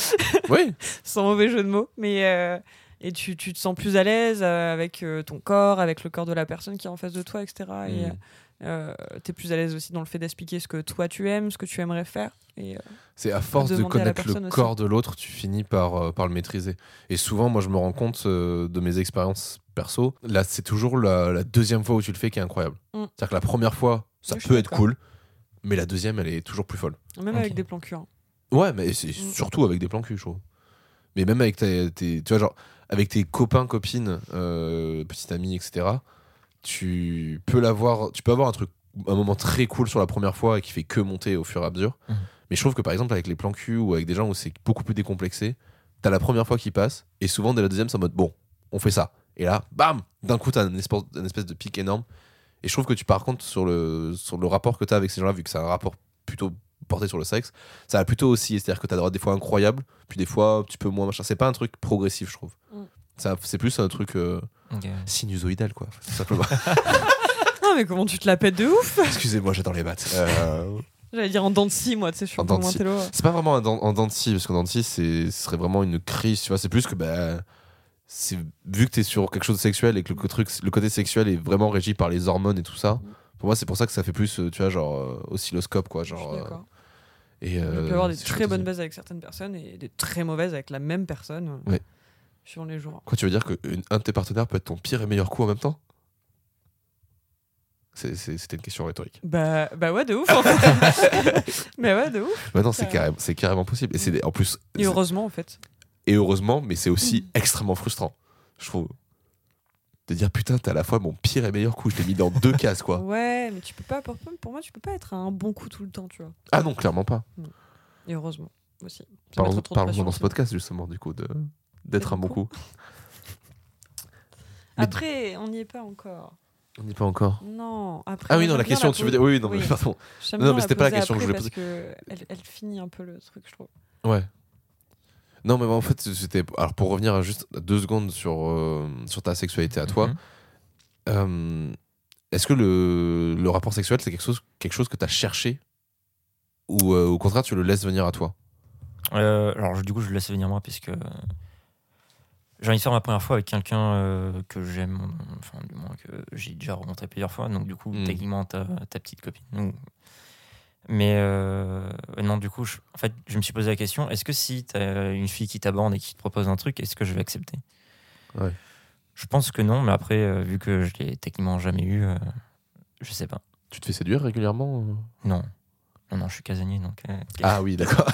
oui, sans mauvais jeu de mots. Mais. euh, Et tu, tu te sens plus à l'aise euh, avec euh, ton corps, avec le corps de la personne qui est en face de toi, etc. Et, Mm. euh, t'es plus à l'aise aussi dans le fait d'expliquer ce que toi tu aimes, ce que tu aimerais faire. Et, euh, C'est à force de demander à la connaître le personne aussi. corps de l'autre, tu finis par, euh, par le maîtriser. Et souvent, moi, je me rends compte euh, de mes expériences perso. Là, c'est toujours la, la deuxième fois où tu le fais qui est incroyable. Mm. C'est-à-dire que la première fois, ça Oui, je suis peut être d'accord. cool, mais la deuxième, elle est toujours plus folle. même Ok. avec des plans cul. hein. Ouais, mais c'est surtout avec des plans cul, je trouve. Mais même avec tes, tes- tu vois, genre, avec tes copains, copines, euh, petites amies, etc., tu peux, l'avoir, tu peux avoir un truc, un moment très cool sur la première fois et qui fait que monter au fur et à mesure. Mhm. Mais je trouve que par exemple, avec les plans cul ou avec des gens où c'est beaucoup plus décomplexé, t'as la première fois qui passe et souvent dès la deuxième, c'est en mode bon, on fait ça. Et là, bam D'un coup, t'as un espèce, un espèce de pic énorme. Et je trouve que tu, par contre, sur le, sur le rapport que t'as avec ces gens-là, vu que c'est un rapport plutôt porté sur le sexe, ça va plutôt aussi. C'est-à-dire que tu as droit des fois incroyable, puis des fois un petit peu moins machin. C'est pas un truc progressif, je trouve. Mm. Ça- C'est plus un truc euh, Ok. sinusoïdal, quoi. tout simplement. Non, mais comment tu te la pètes de ouf Excusez-moi, j'adore les maths. Euh, J'allais dire en dents de scie, moi, tu sais, je suis En un peu dents de moins scie. télo. euh. ouais. c'est pas vraiment un dan- en dents de scie, parce qu'en dents de scie, c'est- ce serait vraiment une crise, tu vois. C'est plus que, bah, c'est- vu que tu es sur quelque chose de sexuel et que le, co- truc, le côté sexuel est vraiment régi par les hormones et tout ça, pour moi, c'est pour ça que ça fait plus, euh, tu vois, genre euh, oscilloscope, quoi. Mm. Je suis Genre, d'accord. euh, et, Il peut euh, y avoir des c'est très chouette bonnes aussi. bases avec certaines personnes et des très mauvaises avec la même personne. Ouais. Sur les jours. Quoi, tu veux dire qu'un de tes partenaires peut être ton pire et meilleur coup en même temps C'est- c'est- C'était une question rhétorique. Bah, bah ouais, de ouf. en fait. mais ouais, de ouf. Maintenant, c'est Carrément. carrément, c'est carrément possible. Et c'est des- en plus, Et Mm. heureusement, en fait. et heureusement, mais c'est aussi extrêmement frustrant, je trouve. De dire putain, t'as à la fois mon pire et meilleur coup, je t'ai mis dans deux cases quoi. Ouais, mais tu peux pas. Pour, pour moi, tu peux pas être à un bon coup tout le temps, tu vois. Ah non, clairement pas. Et heureusement aussi. Ça Parlons- mettrait trop de Parlons-en pression, dans ce sinon. podcast justement, du coup, de- d'être D'être un bon coup. Mais- Après, on n'y est pas encore. On n'y est pas encore. Non, après. Ah oui, moi, non, la j'aime bien question, tu veux poser- dire. Oui, oui, non, Oui. mais pardon. J'aime Non, bien mais c'était pas la question que je voulais après Parce que elle, elle finit un peu le truc, je trouve. Ouais. Non, mais en fait, c'était. Alors, pour revenir à juste deux secondes sur, euh, sur ta sexualité à toi, Mhm. euh, est-ce que le, le rapport sexuel, c'est quelque chose, quelque chose que t'as cherché Ou euh, au contraire, tu le laisses venir à toi Euh, alors, je- du coup, je le laisse venir moi, puisque euh, j'ai envie de faire ma première fois avec quelqu'un euh, que j'aime, enfin, du moins que j'ai déjà rencontré plusieurs fois, donc du coup, Mm. techniquement, ta, ta petite copine. ou- Mais euh, non, du coup, je, en fait, je me suis posé la question est-ce que si t'as une fille qui t'aborde et qui te propose un truc, est-ce que je vais accepter Ouais. Je pense que non, mais après, euh, vu que je l'ai techniquement jamais eu, euh, je sais pas. Tu te fais séduire régulièrement euh Non. Non, non, je suis casanier, donc. euh, Ah oui, d'accord.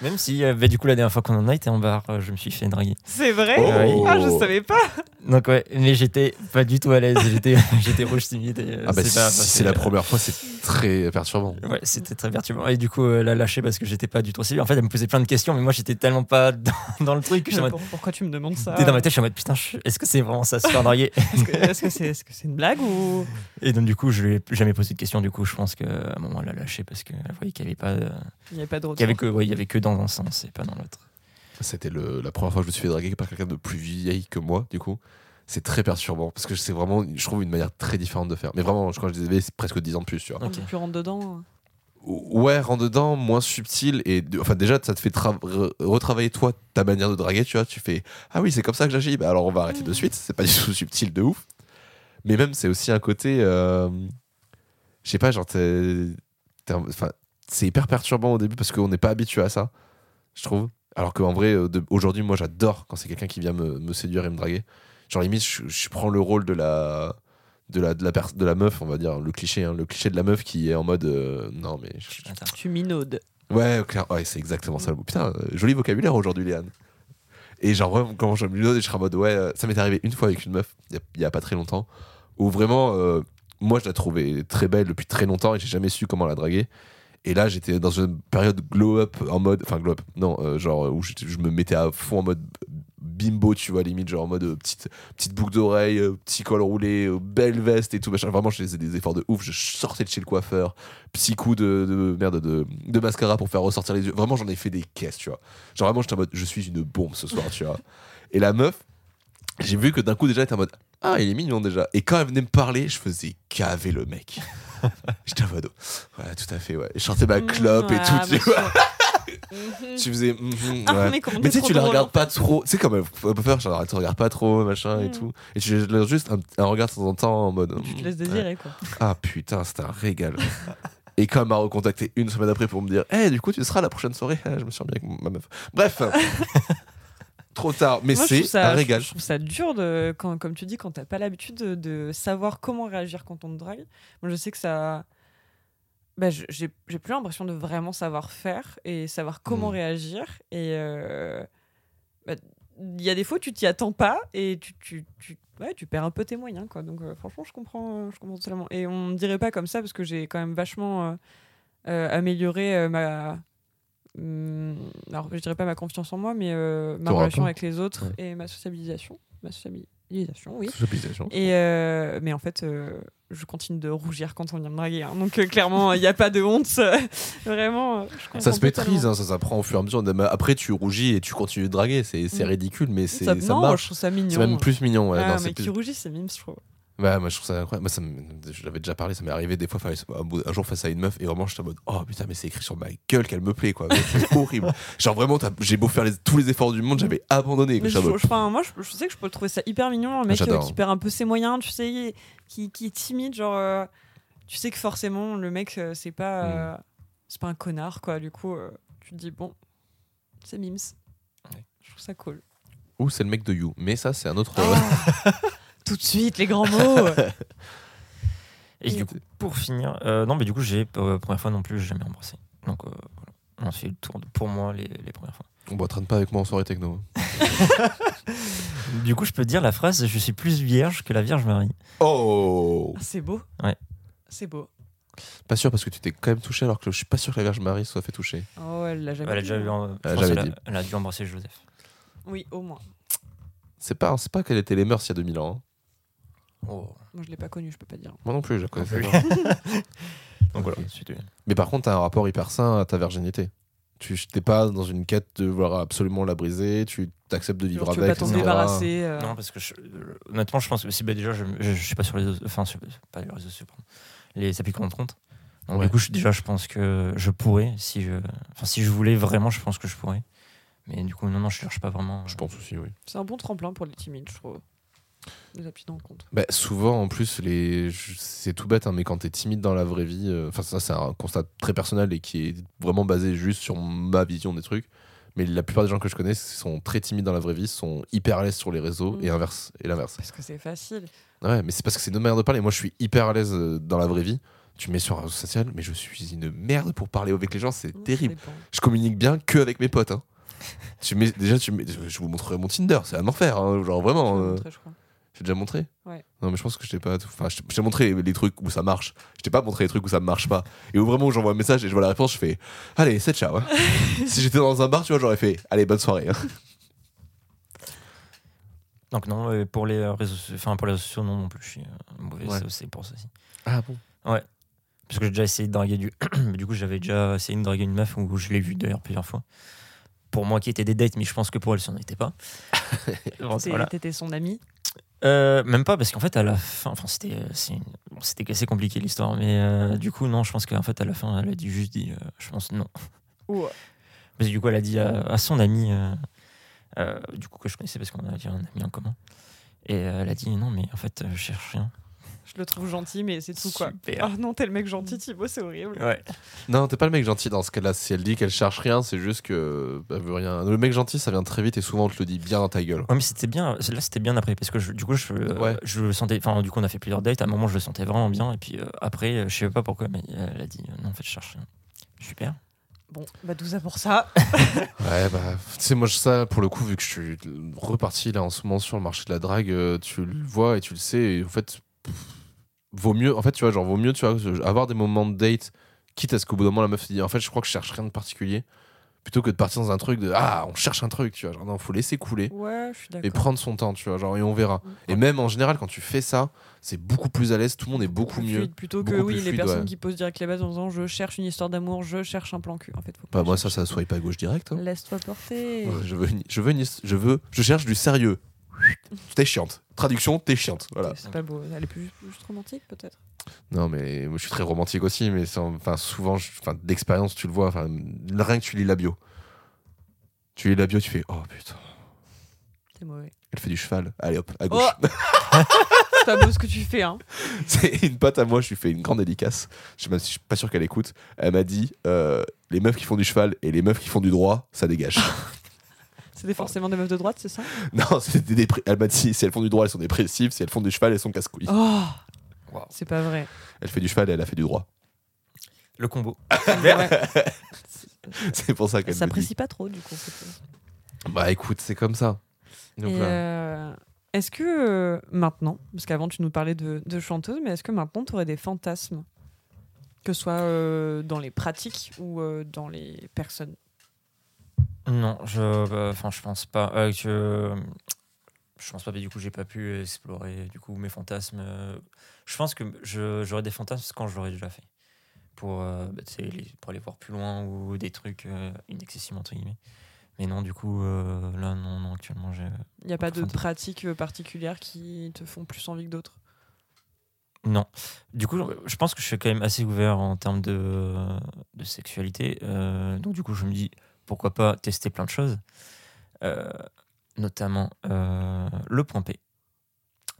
Même si, euh, bah, du coup, la dernière fois qu'on en a été en bar, euh, je me suis fait draguer. C'est vrai Oh. Ah, je savais pas. Donc ouais, mais j'étais pas du tout à l'aise, j'étais j'étais rouge timide. et, euh, Ah bah, c'est si pas- si enfin, c'est la première fois, c'est très perturbant. Ouais, c'était très perturbant et du coup euh, la lâcher parce que j'étais pas du tout sévère. En fait, elle me posait plein de questions, mais moi j'étais tellement pas dans, dans le truc que je suis en mode- Pour- Pourquoi tu me demandes ça dans ma tête, je suis en mode putain, je- est-ce que c'est vraiment ça se faire draguer Est-ce que est-ce que c'est est -ce c'est une blague ou. Et donc du coup, je lui ai jamais posé de questions. Du coup, je pense qu'à un moment elle a lâché parce qu'elle voyait qu'il y avait pas, de- Il n'y a pas de retour. qu'il y avait que, ouais, il y avait que dans un sens et pas dans l'autre. C'était le- la première fois que je me suis fait draguer par quelqu'un de plus vieil que moi, du coup. C'est très perturbant parce que c'est vraiment, je trouve, une manière très différente de faire. Mais vraiment, je- quand je disais c'est presque 10 ans de plus, tu vois. On Ok. peut plus rentrer dedans. hein. Ouais, rentre dedans, moins subtil. Et de- enfin, déjà, ça te fait tra- re- retravailler toi ta manière de draguer, tu vois. Tu fais Ah oui, c'est comme ça que j'agis. Bah, alors, on va arrêter de Mm. suite. C'est pas du tout subtil de ouf. Mais même, c'est aussi un côté. euh, Je sais pas, genre, t'es- t'es un- enfin, c'est hyper perturbant au début parce qu'on n'est pas habitué à ça, je trouve. Alors qu'en vrai, euh, de- aujourd'hui, moi, j'adore quand c'est quelqu'un qui vient me, me séduire et me draguer. Genre, limite, je, je prends le rôle de la. De la, de, la pers- de la meuf, on va dire, le cliché, hein, le cliché de la meuf qui est en mode euh, non, mais je- je- Attends. Tu minaudes. Ouais, clair. Ouais, c'est exactement ça le mot. Putain, euh, joli vocabulaire aujourd'hui, Léane. Et genre, vraiment, quand je me l'autre, je serais en mode, ouais, euh, ça m'est arrivé une fois avec une meuf, il y a- il y, a pas très longtemps, où vraiment, euh, moi, je la trouvais très belle depuis très longtemps et j'ai jamais su comment la draguer. Et là, j'étais dans une période glow-up en mode. Enfin, glow-up, non, euh, genre, euh, où j'étais- je me mettais à fond en mode bimbo, tu vois, limite, genre en mode euh, petite, petite boucle d'oreille, euh, petit col roulé, euh, belle veste et tout, machin. Vraiment, je faisais des efforts de ouf, je sortais de chez le coiffeur petit coup de, de- merde de, de mascara pour faire ressortir les yeux. Vraiment, j'en ai fait des caisses, tu vois. Genre vraiment, j'étais en mode, je suis une bombe ce soir, tu vois. Et la meuf, j'ai vu que d'un coup déjà, elle était en mode, ah, il est mignon déjà. Et quand elle venait me parler, je faisais caver le mec. j'étais en mode, ouais, tout à fait, ouais. Je chantais ma clope Mmh, et ah, tout, tu bah, vois. Tu faisais, mhm, ouais. mais comment Mais t'es tu sais, trop tu la drôle, regardes en pas trop. C'est comme un peu peur, genre, tu regardes pas trop, machin et Mm. tout. Et tu lui lances juste un, un regard de temps en temps en mode. Tu te mm, laisses ouais. désirer, quoi. Ah putain, c'était un régal. Et quand elle m'a recontacté une semaine après pour me dire, Eh, du coup, tu seras à la prochaine soirée. Ah, je me suis remis avec ma meuf. Bref, trop tard, mais Moi, je trouve c'est ça- un régal. Je trouve ça dur, de, quand, comme tu dis, quand t'as pas l'habitude de, de savoir comment réagir quand on te drague. Moi, je sais que ça. Bah, je- j'ai j'ai plus l'impression de vraiment savoir faire et savoir comment Mm. réagir. Et. euh, bah, il y a des fois, tu t'y attends pas et tu, tu, tu, ouais, tu perds un peu tes moyens. Quoi. Donc, euh, franchement, je comprends, euh, je comprends totalement. Et on ne dirait pas comme ça parce que j'ai quand même vachement euh, euh, amélioré euh, ma. hum, alors, je dirais pas ma confiance en moi, mais euh, ma Ton relation rapport. avec les autres Ouais. et ma sociabilisation. Ma sociabilisation, oui. Socialisation. Et, euh, mais en fait, euh, je continue de rougir quand on vient me draguer. hein. Donc, euh, clairement, il n'y a pas de honte. Vraiment. euh, je comprends Ça se maîtrise, totalement. hein, ça s'apprend au fur et à mesure. Mais Après, tu rougis et tu continues de draguer. C'est c'est Mm. ridicule, mais c'est- ça, non, je marche. trouve ça C'est mignon. même plus mignon. ouais, Ah, non, c'est mais plus- qui rougit, c'est mimes, je trouve. Ouais, Bah, moi je trouve ça incroyable. Moi, ça me- je l'avais déjà parlé, ça m'est arrivé des fois, face- un bout- un jour face à une meuf, et vraiment j'étais en mode Oh putain, mais c'est écrit sur ma gueule qu'elle me plaît, quoi. Mais C'est horrible. Genre vraiment, t'as- j'ai beau faire les- tous les efforts du monde, j'avais abandonné. Mais J'étais je, en mode, je- enfin, moi, je, je sais que je peux trouver ça hyper mignon, un mec euh, j'adore. qui perd un peu ses moyens, tu sais, qui, qui est timide, genre, euh, tu sais que forcément, le mec, euh, c'est pas, euh, Mm. c'est pas un connard, quoi. Du coup, euh, tu te dis, bon, c'est mims. Ouais. Je trouve ça cool. Ou c'est euh, le Ah mec de You. Mais ça, c'est un autre. Ah. Tout de suite, les grands mots. Et du coup, pour finir, euh, non, mais du coup, j'ai euh, première fois non plus, j'ai jamais embrassé. Donc, euh, voilà. On fait le tour de- pour moi les, les premières fois. On ne traîne pas avec moi en soirée techno. hein. Du coup, je peux dire la phrase Je suis plus vierge que la Vierge Marie. Oh Ah, c'est beau. Ouais. C'est beau. Pas sûr parce que tu t'es quand même touché alors que je suis pas sûr que la Vierge Marie soit fait toucher. Oh, elle l'a Elle jamais. a dit, déjà eu. hein. un- je Ah, pense j'avais qu'elle a- dit. elle a dû embrasser Joseph. Oui, au moins. C'est pas, c'est pas quelles étaient les mœurs il y a 2000 ans. hein. Oh. Moi, je l'ai pas connue, je peux pas dire. Moi non plus, je la connaissais plus. pas. Donc voilà. Ok. c'était- Mais par contre, t'as un rapport hyper sain à ta virginité. Tu t'es pas dans une quête de vouloir absolument la briser, tu t'acceptes de vivre Genre, tu veux avec. pas t'en etc. débarrasser. euh, Non, parce que je- euh, honnêtement, je pense que si bah, déjà, je, je, je suis pas sur les réseaux- enfin, sur- pas les réseaux sociaux, pardon, les applications de compte. Donc, Ouais. Du coup, je- déjà, je pense que je pourrais, si je, enfin, si je voulais vraiment, je pense que je pourrais. Mais du coup, non, non, je cherche pas vraiment. euh. Je pense aussi, oui. C'est un bon tremplin pour les timides, je trouve. Les appuis dans le compte. Bah, souvent, en plus, les... je- c'est tout bête, hein, mais quand t'es timide dans la vraie vie, euh, enfin, ça, c'est un constat très personnel et qui est vraiment basé juste sur ma vision des trucs. Mais la plupart des gens que je connais qui sont très timides dans la vraie vie, sont hyper à l'aise sur les réseaux Mm. et inverse. Et l'inverse. Ah Parce que c'est facile. Ouais, mais c'est parce que c'est nos manières de parler. Moi, je suis hyper à l'aise euh, dans la vraie vie. Tu me mets sur un réseau social, mais je suis une merde pour parler avec les gens, c'est Non, ça terrible. dépend. Je communique bien que avec mes potes. hein. tu mets, déjà, tu mets- je vous montrerai mon Tinder, c'est un enfer. hein, genre Je vraiment. vais euh, montrer, je crois. j'ai déjà montré Ouais. Non, mais je pense que je t'ai pas. Enfin, je t'ai- je t'ai montré les, les trucs où ça marche. Je t'ai pas montré les trucs où ça marche pas. Et où vraiment, j'envoie un message et je vois la réponse, je fais Allez, c'est ciao. hein. si j'étais dans un bar, tu vois, j'aurais fait Allez, bonne soirée. hein. Donc non, euh, pour les euh, réseaux, so- enfin pour les réseaux sociaux, non non plus. Je suis euh, mauvais, Ouais. ça, c'est pour ça aussi. Ah bon Parce que j'ai déjà essayé de draguer du, mais du coup j'avais déjà essayé de draguer une meuf où je l'ai vue d'ailleurs plusieurs fois. Pour moi qui était des dates, mais je pense que pour elle, ça n'en était pas. Bon, T'es- voilà. T'étais son ami. Euh, même pas parce qu'en fait à la fin, enfin c'était euh, c'est une- bon, c'était assez compliqué l'histoire, mais euh, du coup non, je pense qu'en fait à la fin elle a dit juste dit, euh, je pense non. Ou Parce que du coup, elle a dit à, à son ami, euh, euh, du coup, que je connaissais parce qu'on avait un ami en commun. Et euh, elle a dit non, mais en fait, euh, je cherche rien. je le trouve gentil, mais c'est tout quoi. Super. Ah non, t'es le mec gentil, Thibaut, c'est horrible. Ouais. Non, t'es pas le mec gentil dans ce cas-là. Si elle dit qu'elle cherche rien, c'est juste que. bah, Elle veut rien. Le mec gentil, ça vient très vite et souvent, on te le dit bien dans ta gueule. Ouais, mais c'était bien. Là, c'était bien après parce que je- du coup, je, euh, Ouais. je le sentais. Enfin, du coup, on a fait plusieurs dates. À un moment, je le sentais vraiment bien. Et puis euh, après, euh, je sais pas pourquoi, mais euh, elle a dit euh, non, en fait, je cherche rien. Super. Bon, bah tout ça pour ça. Ouais, bah, tu sais, moi, je- ça, pour le coup, vu que je suis reparti là en ce moment sur le marché de la drague, euh, tu le vois et tu le sais, et en fait, pff, vaut mieux, en fait, tu vois, genre, vaut mieux, tu vois, avoir des moments de date, quitte à ce qu'au bout d'un moment, la meuf se dise, en fait, je crois que je cherche rien de particulier, plutôt que de partir dans un truc de, ah, on cherche un truc, tu vois, genre, non, faut laisser couler Ouais, je suis et d'accord. prendre son temps, tu vois, genre, et on verra. Et même en général, quand tu fais ça, c'est beaucoup plus à l'aise, tout le monde est beaucoup Plus mieux. fluide, Plutôt que Beaucoup plus oui, les fluide, personnes ouais. qui posent direct les bases en disant je cherche une histoire d'amour, je cherche un plan cul. En fait, faut pas. Bah, moi, ça, chercher. ça soit pas gauche direct. hein. Laisse-toi porter. Ouais, Je veux, une- je veux, une his- je veux, je cherche du sérieux. T'es chiante. Traduction, t'es chiante. Voilà. C'est pas beau. Elle est plus juste romantique peut-être. Non, mais moi, je suis très romantique aussi, mais c'est- enfin, souvent, je- enfin, d'expérience, tu le vois. Enfin, rien que tu lis la bio. Tu lis la bio, tu fais Oh putain, C'est mauvais. elle fait du cheval. Allez hop, à gauche. C'est pas beau ce que tu fais, hein. C'est une pote à moi, je lui fais une grande dédicace. Je sais même si je suis pas sûr qu'elle écoute. Elle m'a dit euh, Les meufs qui font du cheval et les meufs qui font du droit, ça dégage. C'était forcément des meufs de droite, c'est ça non, c'est des dépr- Elle m'a dit Si elles font du droit, elles sont dépressives. Si elles font du cheval, elles sont casse-couilles. Oh Wow. C'est pas vrai. Elle fait du cheval et elle a fait du droit. Le combo. C'est vrai. C'est pour ça Elle qu'elle me dit. s'apprécie pas trop du coup. c'est tout. Bah écoute, c'est comme ça. Donc, Et, là, euh, Est-ce que euh, maintenant, parce qu'avant tu nous parlais de, de chanteuse, mais est-ce que maintenant tu aurais des fantasmes Que ce soit euh, dans les pratiques ou euh, dans les personnes Non, je, bah, enfin, je pense pas. Euh, je, je pense pas, mais du coup, j'ai pas pu explorer du coup mes fantasmes. Euh, Je pense que je- j'aurais des fantasmes quand je l'aurais déjà fait, pour, euh, bah, tu sais, les- pour aller voir plus loin ou des trucs euh, inaccessibles entre guillemets. Mais non, du coup, euh, là, non, non, actuellement, j'ai Il n'y a pas de Fantasme. pratiques euh, particulières qui te font plus envie que d'autres non. Du coup, je pense que je suis quand même assez ouvert en termes de, de sexualité. Euh, donc, du coup, je me dis pourquoi pas tester plein de choses, Euh, notamment euh, le point P.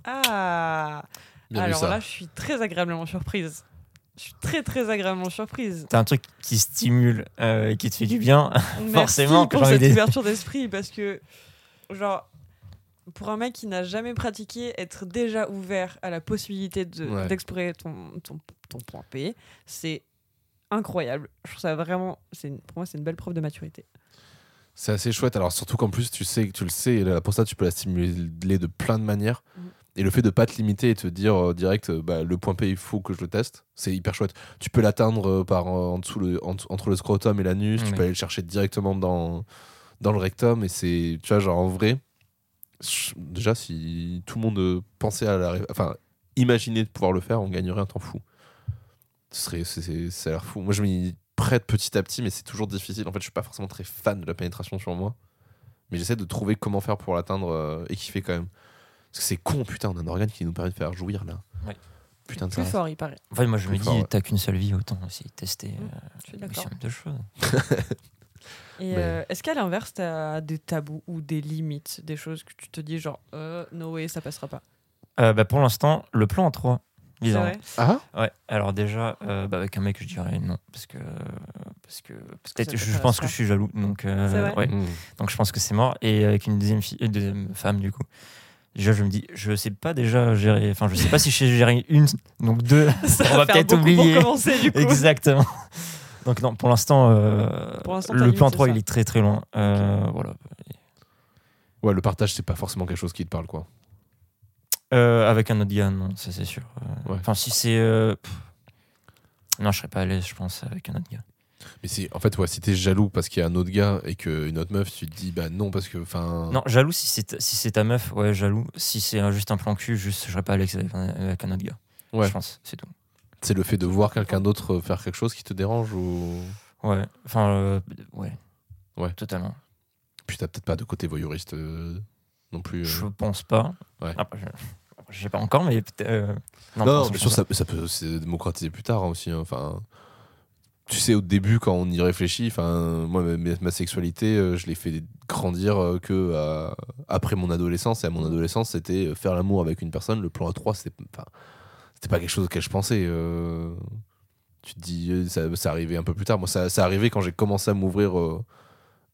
Ah bien vu Alors ça. là, je suis très agréablement surprise. Je suis très très agréablement surprise. t'as un truc qui stimule euh, et qui te fait du bien. Merci Forcément que pour j'ai envie cette d'aider. ouverture d'esprit parce que genre pour un mec qui n'a jamais pratiqué, être déjà ouvert à la possibilité de- Ouais. d'explorer ton, ton, ton point P, c'est incroyable. Je trouve ça vraiment, c'est une- pour moi, c'est une belle preuve de maturité. C'est assez chouette. Alors surtout qu'en plus tu sais que tu le sais, et là, pour ça tu peux la stimuler de plein de manières. Mhm. Et le fait de pas te limiter et te dire euh, direct, euh, bah, le point P il faut que je le teste, c'est hyper chouette. Tu peux l'atteindre euh, par euh, en dessous le, en- entre le scrotum et l'anus. Tu Ouais. peux aller le chercher directement dans dans le rectum et c'est tu vois genre en vrai. je- Déjà si tout le monde euh, pensait à la, ré- enfin imaginer de pouvoir le faire, on gagnerait un temps fou. Ce serait, c'est, c'est- ça a l'air fou. Moi, je m'y prête petit à petit, mais c'est toujours difficile. En fait, je suis pas forcément très fan de la pénétration sur moi, mais j'essaie de trouver comment faire pour l'atteindre euh, et kiffer quand même. Parce que c'est con, putain, on a un organe qui nous permet de faire jouir là. Ouais. Putain de Plus ça. fort, il paraît. Enfin, moi, je Plus me fort, dis, ouais. t'as qu'une seule vie, autant essayer de tester euh, Je suis le Mmh, d'accord. maximum de choses. Et Mais- euh, est-ce qu'à l'inverse, t'as des tabous ou des limites, des choses que tu te dis genre, euh, no way, ça passera pas. Euh, bah, pour l'instant, le plan en 3. C'est vrai Ah Ouais, alors déjà, euh, bah, avec un mec, je dirais non. Parce que. Parce que. parce que ça je t'intéresse pense que pas. je suis jaloux. Donc, euh, C'est vrai ouais. Mmh. donc je pense que c'est mort. Et avec une deuxième, fille, une deuxième femme, du coup. Déjà, je me dis, je sais pas déjà gérer. Enfin, je sais pas si je sais gérer une, donc deux. Ça On va faire peut-être beaucoup oublier. Pour commencer, du coup. Exactement. Donc, non, pour l'instant, euh, Pour l'instant, t'as le plan limité 3, ça. il est très très loin. Euh, Voilà. Ouais, le partage, c'est pas forcément quelque chose qui te parle, quoi. Euh, avec un autre gars, non, ça c'est sûr. Euh, Ouais. Enfin, si c'est. euh, pff. non, je serais pas à l'aise, je pense, avec un autre gars. Mais c'est, en fait, ouais, si t'es jaloux parce qu'il y a un autre gars et qu'une autre meuf, tu te dis, bah non, parce que, enfin. Non, jaloux, si c'est ta, si c'est ta meuf, ouais, jaloux. Si c'est euh, juste un plan cul, juste, je serais pas à l'aise avec, un- avec un autre gars. Ouais. Je pense, c'est tout. C'est le fait de voir quelqu'un d'autre faire quelque chose qui te dérange ou. Ouais. Enfin, euh, ouais. Ouais. Totalement. Puis t'as peut-être pas de côté voyeuriste euh, non plus. euh. Je pense pas. Ouais. Après, je, je sais pas encore, mais peut-être. euh, non, Non, pour non, l'instant, bien je sûr, ça, pense ça peut se démocratiser plus tard hein, aussi. hein. Enfin, tu sais, au début, quand on y réfléchit, enfin, moi, ma, ma- ma sexualité, euh, je l'ai fait grandir euh, que à- après mon adolescence. Et à mon adolescence, c'était euh, faire l'amour avec une personne. Le plan A3, c'était enfin, c'était pas quelque chose auquel je pensais. euh. tu te dis, euh, ça, ça arrivait un peu plus tard. Moi, ça, ça arrivait quand j'ai commencé à m'ouvrir euh,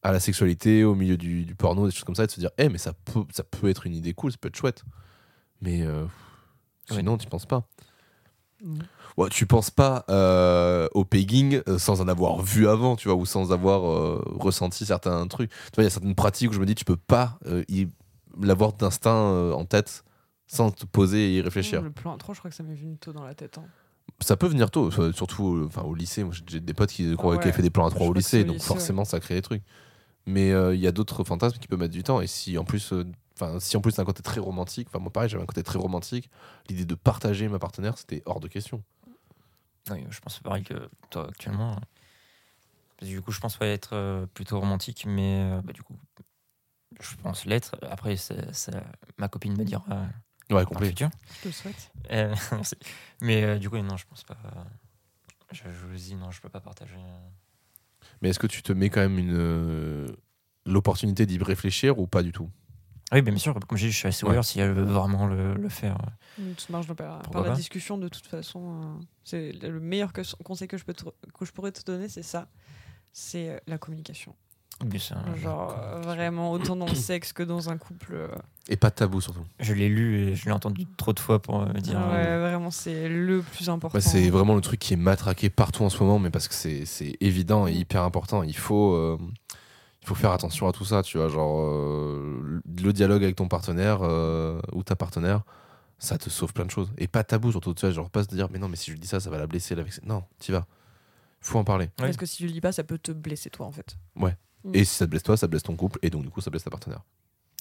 à la sexualité, au milieu du, du porno, des choses comme ça, et de se dire, eh, mais ça peut, ça peut être une idée cool, ça peut être chouette. Mais euh, Ouais. sinon, tu penses pas. Mm. Ouais, tu penses pas euh, au pegging euh, sans en avoir vu avant, tu vois, ou sans avoir euh, ressenti certains trucs. Tu vois, il y a certaines pratiques où je me dis, tu peux pas euh, y- l'avoir d'instinct euh, en tête sans te poser et y réfléchir. Le plan 3, je crois que ça m'est venu tôt dans la tête. hein. Ça peut venir tôt, euh, surtout euh, enfin, au lycée. Moi, j'ai- j'ai des potes qui, qui ont Ah ouais. fait des plans à 3 au Je crois que c'est lycée, au donc lycée, forcément, ça crée des trucs. Mais euh, il y a d'autres fantasmes qui peuvent mettre du temps. Et si en plus, euh, enfin, si en plus, t'as un côté très romantique, enfin, moi, pareil, j'avais un côté très romantique, l'idée de partager ma partenaire, c'était hors de question. Oui, je pense pareil que toi actuellement. ouais. Parce que Du coup, je pense pas être euh, plutôt romantique, mais euh, bah, du coup, je pense l'être. Après, ça- ça- ma copine me dira euh, Ouais, dans le complet. futur. Je te le souhaite. Euh, merci. mais euh, du coup, non, je pense pas. Je, je vous dis, non, je peux pas partager. euh. Mais est-ce que tu te mets quand même une euh, l'opportunité d'y réfléchir ou pas du tout Ah Oui, mais bien sûr, comme je dis, je suis assez Ouais. ouvert si elle veut vraiment le, le faire. euh, Mm, Toute marge de par, Pourquoi par la pas discussion, de toute façon, euh, c'est le le meilleur que- conseil que je, peux te- que je pourrais te donner, c'est ça. C'est euh, la communication. Mais ça, Ah, je- Genre, euh, vraiment, autant dans le sexe que dans un couple. euh, Et pas de tabou surtout. Je l'ai lu et je l'ai entendu trop de fois pour euh, me dire. Ah ouais, euh, vraiment, c'est le plus important. Ouais, Bah, c'est vraiment le truc qui est matraqué partout en ce moment, mais parce que c'est- c'est évident et hyper important. Il faut, euh, il faut faire attention à tout ça, tu vois. Genre, euh, le dialogue avec ton partenaire euh, ou ta partenaire, ça te sauve plein de choses. Et pas de tabou surtout, tu vois. Genre, pas se dire, mais non, mais si je lui dis ça, ça va la blesser. La vexer. Non, t'y vas. Faut en parler. Parce que si tu le dis pas, ça peut te blesser, toi, en fait. Et si ça te blesse toi, ça blesse ton couple, et donc du coup, ça blesse ta partenaire.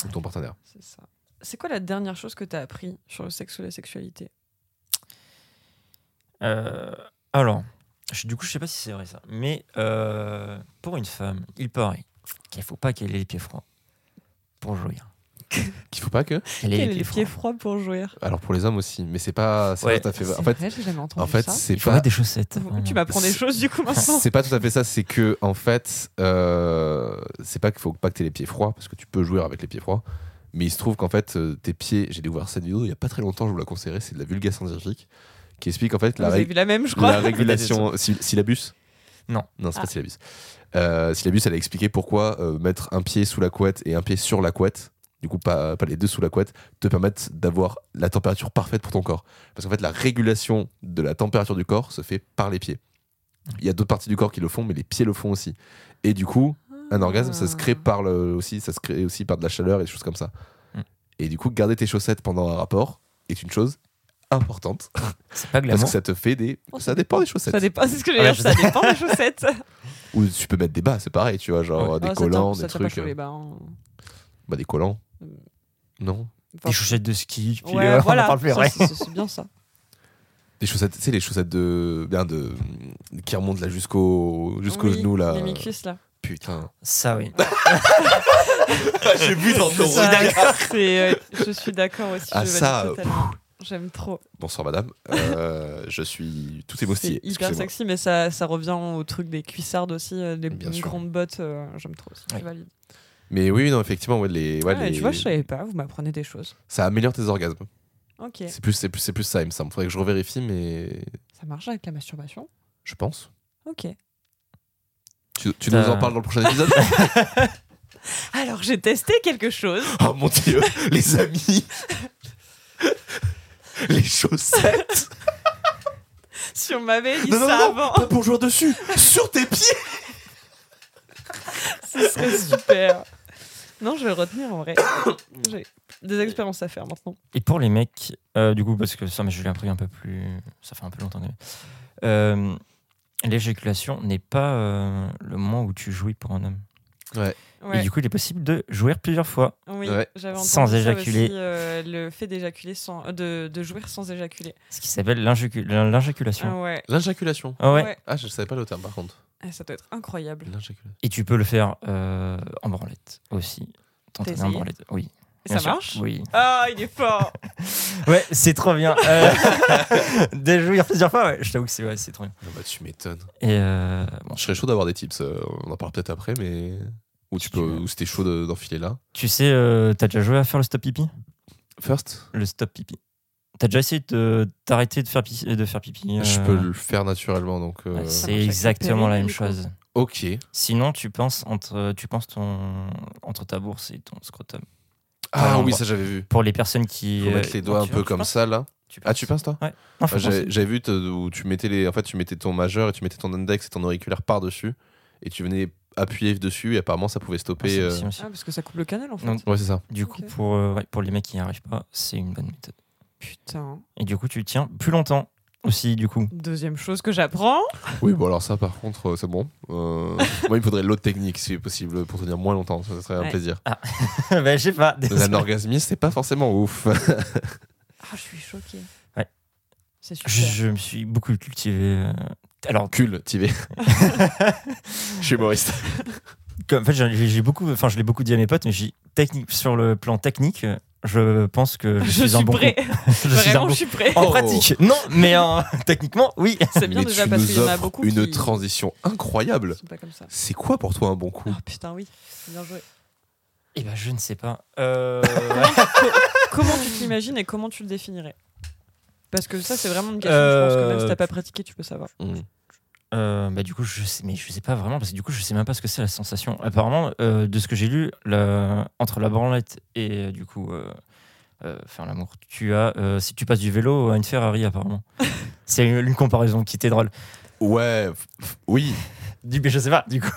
Ou ton partenaire. C'est ça. C'est quoi la dernière chose que tu as appris sur le sexe ou la sexualité Euh, alors, je- du coup, je sais pas si c'est vrai ça, mais euh, pour une femme, il paraît qu'il faut pas qu'elle ait les pieds froids pour jouir. Qu'il faut pas que. Qu'elle ait Quel est le pied froid pour jouer Alors pour les hommes aussi, mais c'est pas, c'est Ouais. pas tout à fait. C'est En fait, vrai, j'ai jamais entendu en fait, ça. c'est Il faut pas. mettre des chaussettes. hein. Tu m'apprends des c'est- choses, du coup, maintenant. C'est pas tout à fait ça, c'est que en fait, euh, c'est pas qu'il faut pas que t'aies les pieds froids, parce que tu peux jouer avec les pieds froids, mais il se trouve qu'en fait, euh, tes pieds, j'ai découvert cette vidéo il y a pas très longtemps, je vous la conseillerais, c'est de la vulga scientifique, qui explique en fait Ah, Vous la, avez règle vu la même, je crois. la régulation syl- syllabus Non. Non, c'est Ah. pas syllabus. Euh, syllabus, elle a expliqué pourquoi euh, mettre un pied sous la couette et un pied sur la couette du coup pas, pas les deux sous la couette, te permettent d'avoir la température parfaite pour ton corps. Parce qu'en fait, la régulation de la température du corps se fait par les pieds. Il y a d'autres parties du corps qui le font, mais les pieds le font aussi. Et du coup, un orgasme, ça se crée par le, aussi, ça se crée aussi par de la chaleur et des choses comme ça. Ah. Mm. Et du coup, garder tes chaussettes pendant un rapport est une chose importante C'est pas parce glamour. que ça te fait des, Oh, ça dépend des chaussettes. Ça dépend, c'est ce que j'ai Ah ouais, ça dépend des chaussettes. Ou tu peux mettre des bas, c'est pareil, tu vois, genre Ah, des ça collants, tape- ça des tape pas trucs, sur les euh, bas, hein. bah, des collants. Mm. Non, Enfin, Des chaussettes de ski, puis ouais, euh, voilà, on en parle plus. ça, ouais. c'est- C'est bien ça. des chaussettes, tu sais les chaussettes de, bien de, qui remontent là jusqu'au, jusqu'au Oui, genou là. Les mi-cuisses là. Putain. Ça, oui. Ah, J'ai vu dans ton Ça, regard. C'est, euh, je suis d'accord aussi. Ah, je valide ça, totalement. J'aime trop. Bonsoir madame, Euh, je suis tout émoustillé. C'est hyper excusez-moi. sexy, mais ça, ça revient au truc des cuissardes aussi, euh, des Bien bonnes sûr. grandes bottes. euh, j'aime trop aussi. Ouais. Je valide. Mais oui, non, effectivement, ouais, les, ouais, Ah, les- Tu vois, je savais pas. Vous m'apprenez des choses. ça améliore tes orgasmes. Ok. C'est plus, c'est plus, c'est plus ça, il me semble. Faudrait que je revérifie, mais Ça marche avec la masturbation. je pense. Ok. Tu, tu nous T'as- en parles dans le prochain épisode Alors j'ai testé quelque chose. Oh mon dieu, les amis Les chaussettes Si on m'avait dit Non, non, ça non, avant, pas pour jouer dessus Sur tes pieds ce serait super. Non, je vais le retenir en vrai. J'ai des expériences à faire maintenant. Et pour les mecs, euh, du coup, parce que ça, mais je l'ai appris un peu plus. Ça fait un peu longtemps. que- Euh, L'éjaculation n'est pas euh, le moment où tu jouis pour un homme. Et Ouais. du coup, il est possible de jouir plusieurs fois. Oui, Ouais. j'avais entendu Sans ça éjaculer. aussi, euh, le fait d'éjaculer sans, euh, de, de jouir sans éjaculer. Ce qui s'appelle l'injacu- l'in- Ah l'injaculation. ouais. L'injaculation. Ah ouais. Ah, je savais pas le terme par contre. Ah, ça doit être incroyable. L'injaculation. Et tu peux le faire euh, en branlette aussi. Tenter T'as en essayé branlette. Oui. Et Bien ça sûr. marche Oui. Ah, il est fort. Ouais, c'est trop bien. Euh, de jouir plusieurs fois, ouais, je t'avoue que c'est ouais, c'est trop bien. Non, bah tu m'étonnes. Et euh, bon, Je serais chaud d'avoir des tips, euh, on en parle peut-être après, mais. Ou tu Si peux. tu veux. Ou c'était chaud de- d'enfiler là. tu sais, euh, t'as déjà joué à faire le stop pipi First Le stop pipi. T'as déjà essayé de t'arrêter de faire pipi, de faire pipi euh, Je peux le faire naturellement donc. euh, ouais, Ça C'est marche avec exactement le périnée, la même du coup. chose. Ok. Sinon, tu penses entre, tu penses ton, entre ta bourse et ton scrotum. Ah Ah, oui, bon. ça j'avais vu. Pour les personnes qui. Faut mettre euh, les doigts non, un tu- peu tu comme penses- ça là. tu Ah, tu pinces toi Ouais. Non, faut Ah, J'avais penser. j'avais vu te- où tu mettais les, en fait, tu mettais ton majeur et tu mettais ton index et ton auriculaire par dessus et tu venais appuyer dessus et apparemment ça pouvait Ah, stopper. c'est euh, possible aussi. Ah, parce que ça coupe le canal en fait. Donc, Ouais, c'est ça. Du coup, Ah, Ok. pour, euh, ouais, pour les mecs qui n'y arrivent pas, c'est une bonne méthode. Putain. Et du coup, tu tiens plus longtemps aussi, du coup. Deuxième chose que j'apprends. Oui, bon alors ça par contre euh, c'est bon. Euh, moi il me faudrait l'autre technique si possible pour tenir moins longtemps, ça, ça serait un Ouais. plaisir. bah, je sais pas. Mais Un orgasmiste c'est pas forcément ouf. Ah, je suis choquée. Ouais. C'est super. Je, je me suis beaucoup cultivé. euh, Alors, Cul, TV. Je suis humoriste. comme, en fait, j'ai j'ai beaucoup, enfin, je l'ai beaucoup dit à mes potes, mais j'ai technique sur le plan technique, euh, je pense que je, Je suis, un suis bon. prêt. coup. je suis un Vraiment, bon. je suis prêt. En Oh. pratique, non, mais en- techniquement, oui. C'est bien Mais déjà tu parce nous qu'il y en a offres beaucoup une qui transition qui incroyable. sont pas comme ça. C'est quoi pour toi un bon coup Ah putain, oui. Bien joué. Eh ben, je ne sais pas. Euh, comment tu t'imagines et comment tu le définirais Parce que ça, c'est vraiment une question. Je pense que même si Euh, t'as pas pratiqué, tu peux savoir. Hmm. euh, bah, du coup, je sais, mais je sais pas vraiment parce que du coup, je sais même pas ce que c'est la sensation. Apparemment, euh, de ce que j'ai lu, la- entre la branlette et euh, du coup, euh, euh, faire l'amour, tu as, euh, si tu passes du vélo à une Ferrari, apparemment. c'est une, une comparaison qui était drôle. Ouais, f- f- oui. Du, mais je sais pas. Du coup,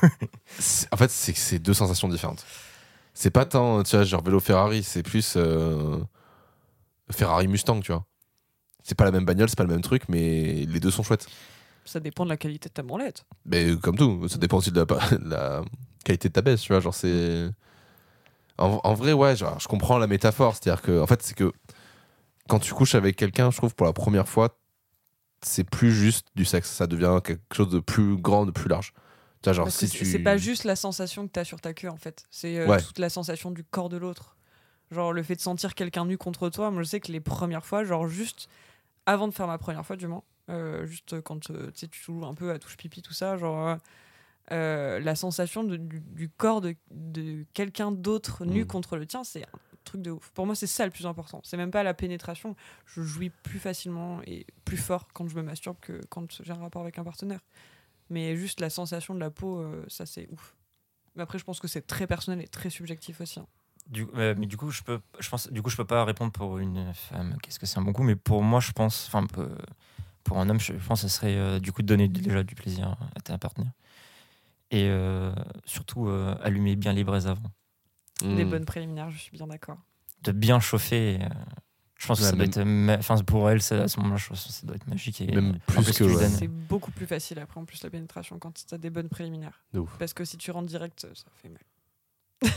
C'est- En fait, c'est c'est deux sensations différentes. C'est pas tant, tu vois, genre vélo Ferrari, c'est plus euh, Ferrari Mustang, tu vois. C'est pas la même bagnole, c'est pas le même truc, mais les deux sont chouettes. Ça dépend de la qualité de ta branlette. Mais comme tout, ça dépend aussi de la, pa- de la qualité de ta baisse, tu vois. Genre, c'est. En, en vrai, ouais, genre, je comprends la métaphore. C'est-à-dire que, en fait, c'est que quand tu couches avec quelqu'un, je trouve, pour la première fois, c'est plus juste du sexe. Ça devient quelque chose de plus grand, de plus large. Tu vois, genre, Parce si que c'est- tu. c'est pas juste la sensation que t'as sur ta queue en fait, c'est euh, Ouais. toute la sensation du corps de l'autre. Genre le fait de sentir quelqu'un nu contre toi, moi je sais que les premières fois, genre juste avant de faire ma première fois du moins, euh, juste euh, quand euh, tu sais, tu joues un peu à touche pipi tout ça, genre euh, euh, la sensation de- du, du corps de, de quelqu'un d'autre nu Mm. contre le tien, c'est un truc de ouf. Pour moi c'est ça le plus important, c'est même pas la pénétration, je jouis plus facilement et plus fort quand je me masturbe que quand j'ai un rapport avec un partenaire. Mais juste la sensation de la peau, euh, ça c'est ouf. Mais après, je pense que c'est très personnel et très subjectif aussi. hein. Du, euh, mais du coup, je peux, je pense, du coup, je peux pas répondre pour une femme. Qu'est-ce que c'est un bon coup Mais pour moi, je pense, enfin, pour, pour un homme, je pense, que ce serait euh, du coup de donner déjà du plaisir à ta partenaire et euh, surtout euh, allumer bien les braises avant, Des Hmm. bonnes préliminaires, je suis bien d'accord. de bien chauffer. et, euh, je pense que Ouais, ça doit même- être, ma- enfin, pour elle, ça, à ce moment-là, je pense que ça doit être magique. Et, Même en plus que, tu ouais. donnes- C'est beaucoup plus facile après en plus la pénétration quand t'as des bonnes préliminaires. De ouf. Parce que si tu rentres direct, ça fait mal.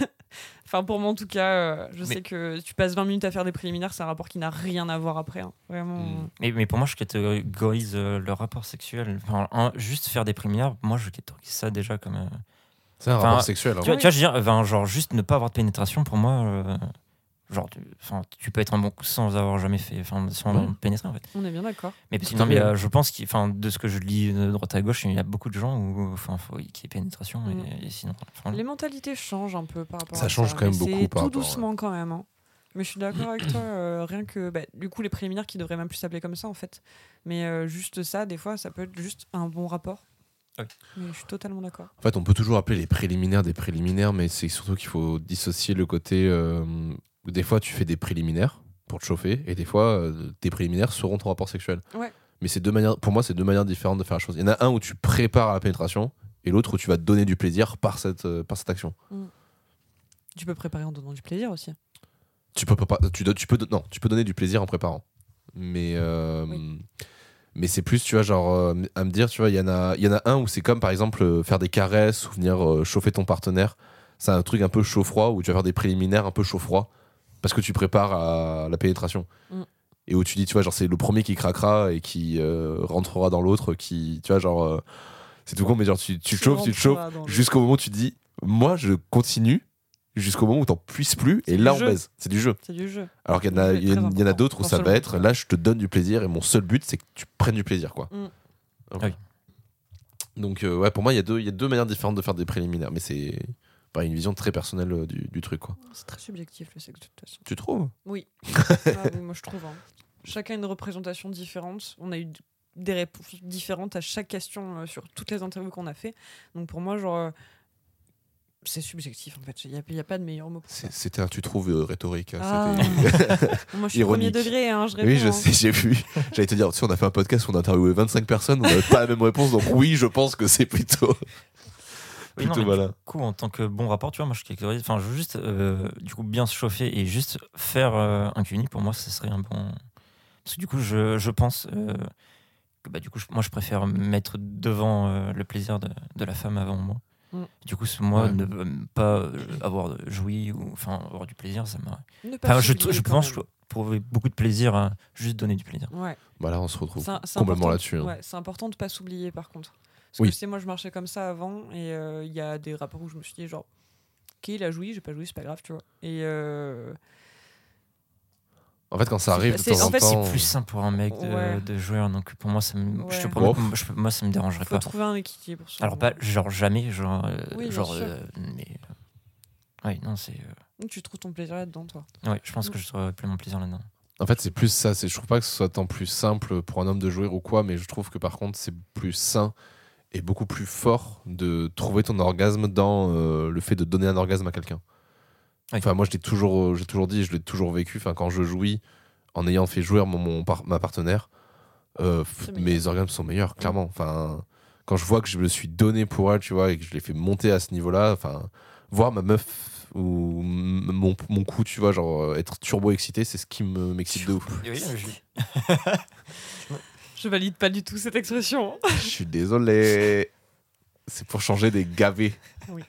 enfin pour moi en tout cas, euh, je Mais- sais que tu passes 20 minutes à faire des préliminaires, c'est un rapport qui n'a rien à voir après. hein. Vraiment. Mm. Mais, mais pour moi, je catégorise euh, le rapport sexuel. Enfin, un- juste faire des préliminaires, moi, je catégorise ça déjà comme. euh, C'est un Enfin, rapport sexuel. hein. Tu vois, oui. tu vois, je veux dire, enfin, genre, juste ne pas avoir de pénétration, pour moi, euh, genre, tu, enfin, tu peux être un bon coup sans avoir jamais fait, enfin, sans Ouais. pénétrer, en fait. On est bien d'accord. Mais, parce que- Tout non, à mais fait. euh, je pense qu'il, enfin, de ce que je lis de droite à gauche, il y a beaucoup de gens où, enfin, faut qu'il y ait pénétration, et- Mhm. et, sinon, enfin, Les mentalités changent un peu par rapport Hmm. Ça à change ça. quand même mais beaucoup C'est tout par rapport, ouais. doucement quand même. hein. Mais je suis d'accord avec toi, euh, rien que bah, du coup les préliminaires qui devraient même plus s'appeler comme ça en fait. Mais euh, juste ça, des fois, ça peut être juste un bon rapport. Oui. Mais je suis totalement d'accord. En fait, on peut toujours appeler les préliminaires des préliminaires, mais c'est surtout qu'il faut dissocier le côté. euh, où des fois, tu fais des préliminaires pour te chauffer, et des fois, euh, tes préliminaires seront ton rapport sexuel. Ouais. Mais c'est deux manières, pour moi, c'est deux manières différentes de faire la chose. Il y en a un où tu prépares à la pénétration, et l'autre où tu vas te donner du plaisir par cette, euh, par cette action. Tu peux préparer en donnant du plaisir aussi. Tu peux, pas- tu, do- tu peux, do- non, tu peux donner du plaisir en préparant. Mais, euh, Oui. mais c'est plus, tu vois, genre, euh, à me dire, tu vois, il y, en a- il y en a un où c'est comme, par exemple, euh, faire des caresses ou venir euh, chauffer ton partenaire. C'est un truc un peu chaud-froid où tu vas faire des préliminaires un peu chaud-froid parce que tu prépares à la pénétration. Mm. Et où tu dis, tu vois, genre, c'est le premier qui craquera et qui euh, rentrera dans l'autre, qui, tu vois, genre, euh, c'est tout con, mais genre, tu, tu te chauffes, tu te chauffes, jusqu'au moment où tu te dis, moi, je continue, jusqu'au moment où t'en puisses plus, et C'est du là, on jeu. baise. C'est du jeu. C'est du jeu. Alors qu'il y en a, Oui, il y en- il y en très a important. d'autres où ça Forcément. va être là, je te donne du plaisir et mon seul but c'est que tu prennes du plaisir quoi. Mm. Donc, Ah oui. Donc, euh, ouais, pour moi il y, a deux- il y a deux manières différentes de faire des préliminaires, mais c'est pareil, une vision très personnelle euh, du, du truc quoi. C'est très subjectif le sexe de toute façon. Tu trouves Oui. Ah oui, moi je trouve. hein. Chacun a une représentation différente. On a eu d- des réponses différentes à chaque question euh, sur toutes les interviews qu'on a fait. Donc pour moi, genre, euh, c'est subjectif en fait. Il n'y a, pas de meilleur mot. pour ça. C'est- C'était un tu trouves euh, rhétorique. hein, Ah. c'était- Moi je suis premier ironique. degré, hein, je réponds. oui, je hein. sais, j'ai vu. J'allais te dire, tu sais, on a fait un podcast où on a interviewé 25 personnes, on n'avait pas la même réponse, donc oui, je pense que c'est plutôt. Oui, non, plutôt mais voilà. Du coup, en tant que bon rapport, tu vois, moi je catégorise, enfin, je veux juste, euh, du coup, bien se chauffer et juste faire euh, un cuni, pour moi, ce serait un bon. Parce que du coup, je, je pense euh, que, bah, du coup, je- moi je préfère mettre devant euh, le plaisir de, de la femme avant moi. Mm. Du coup, ce- moi, Ouais. ne euh, pas euh, avoir joui ou enfin avoir du plaisir, ça m'a. Ne pas Enfin, je, s'oublier je quand pense même. que je trouve beaucoup de plaisir à juste donner du plaisir. Ouais. Bah là, on se retrouve C'est un- c'est complètement important- là-dessus. hein. ouais, c'est important de pas s'oublier par contre. Parce Oui. que c'est moi je marchais comme ça avant et euh, il y a des rapports où je me suis dit genre OK, il a joui, j'ai pas joui, c'est pas grave, tu vois. Et euh, En fait, quand ça C'est- arrive de c'est- temps en en, fait, c'est temps. Plus simple pour un mec de, Ouais. de jouer, hein, donc pour moi, ça me, je te Ouais. promets, Ouf. que je- moi, ça me dérangerait faut pas. trouver un équilibre. sur- Alors pas genre jamais, genre, euh, Oui, bien genre sûr. euh, mais euh, ouais non c'est euh, tu trouves ton plaisir là-dedans toi. ouais je Mm. pense que je trouverais plus mon plaisir là-dedans. En fait, c'est plus ça. c'est- Je trouve pas que ce soit tant plus simple pour un homme de jouer ou quoi, mais je trouve que par contre, c'est plus sain et beaucoup plus fort de trouver ton orgasme dans euh, le fait de donner un orgasme à quelqu'un. Oui. Enfin, moi, je l'ai toujours, euh, j'ai toujours dit, je l'ai toujours vécu. Enfin, quand je jouis, en ayant fait jouer mon, mon par- ma partenaire, euh, pff, C'est meilleur. mes orgasmes sont meilleurs, clairement. Enfin, quand je vois que je me suis donné pour elle, tu vois, et que je l'ai fait monter à ce niveau-là, enfin, voir ma meuf ou m- mon, mon coup, tu vois, genre euh, être turbo excité, c'est ce qui me- m'excite de ouf. Je valide pas du tout cette expression. hein. Je suis désolé. C'est pour changer des gavés. Oui,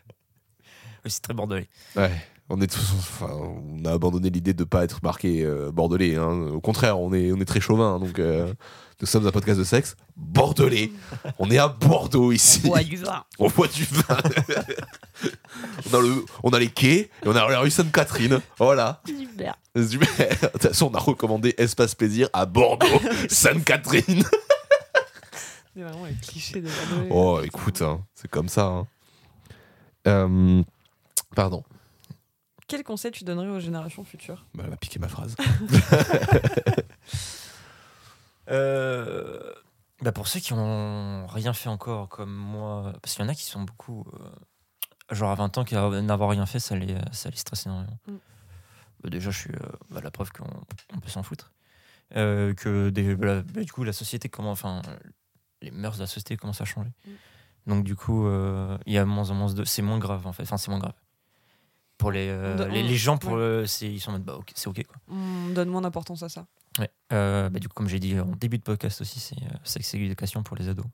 c'est très bordelais. Ouais. On est tous, enfin, on a abandonné l'idée de pas être marqué euh, bordelais. hein. Au contraire, on est, on est très chauvin. hein, donc, euh, nous sommes un podcast de sexe bordelais. On est à Bordeaux ici. Ouais, du vin. On boit du vin. on, a le, on a les quais et on a la rue Sainte-Catherine. Voilà. Super. Super. De toute façon, on a recommandé Espace Plaisir à Bordeaux, Sainte-Catherine. C'est vraiment les clichés de Bordeaux. Oh, écoute, hein, c'est comme ça. hein. Euh, pardon. Quel conseil tu donnerais aux générations futures Bah, elle m'a piqué ma phrase. Euh, bah pour ceux qui ont rien fait encore comme moi, parce qu'il y en a qui sont beaucoup euh, genre à 20 ans, qu'à n'avoir rien fait, ça les, ça les stresse énormément. Mm. Bah, déjà, je suis euh, bah, la preuve qu'on on peut s'en foutre. Euh, que des, bah, bah, du coup, la société, comment, enfin, les mœurs de la société commencent à changer. Mm. Donc, du coup, euh, il y a moins en moins de. C'est moins grave, en fait. Enfin, c'est moins grave. Pour les, euh, On doit- les, on- les gens, pour ouais. eux, c'est- ils sont en mode, bah, ok, c'est ok, quoi. On Hmm, donne moins d'importance à ça. Ouais. Euh, bah, du coup, comme j'ai dit en début de podcast aussi, c'est euh, sexe et éducation pour les ados.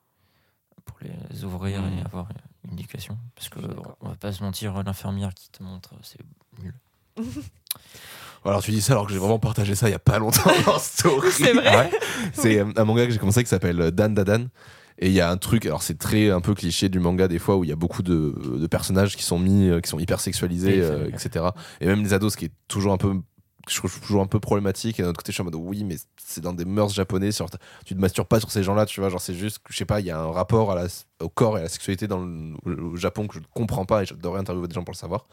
Pour les ouvrir Mhm. et avoir une éducation. Parce que Je suis d'accord. on va pas se mentir, euh, l'infirmière qui te montre, euh, c'est nul. Alors tu dis ça alors que j'ai vraiment partagé ça il y a pas longtemps en story. C'est vrai Ouais. C'est euh, un manga que j'ai commencé qui s'appelle euh, Dan Dadan. Et il y a un truc, alors c'est très un peu cliché du manga des fois où il y a beaucoup de, de personnages qui sont mis, euh, qui sont hyper sexualisés, Oui, ça, euh, ouais. etc. Et même les ados, ce qui est toujours un peu, je trouve toujours un peu problématique. Et d'un autre côté, je suis en mode oui, mais c'est dans des mœurs japonaises. genre, tu te masturbes pas sur ces gens-là, tu vois. Genre c'est juste, que, je sais pas, il y a un rapport à la, au corps et à la sexualité dans le, au, au Japon que je ne comprends pas et j'adorerais interviewer des gens pour le savoir.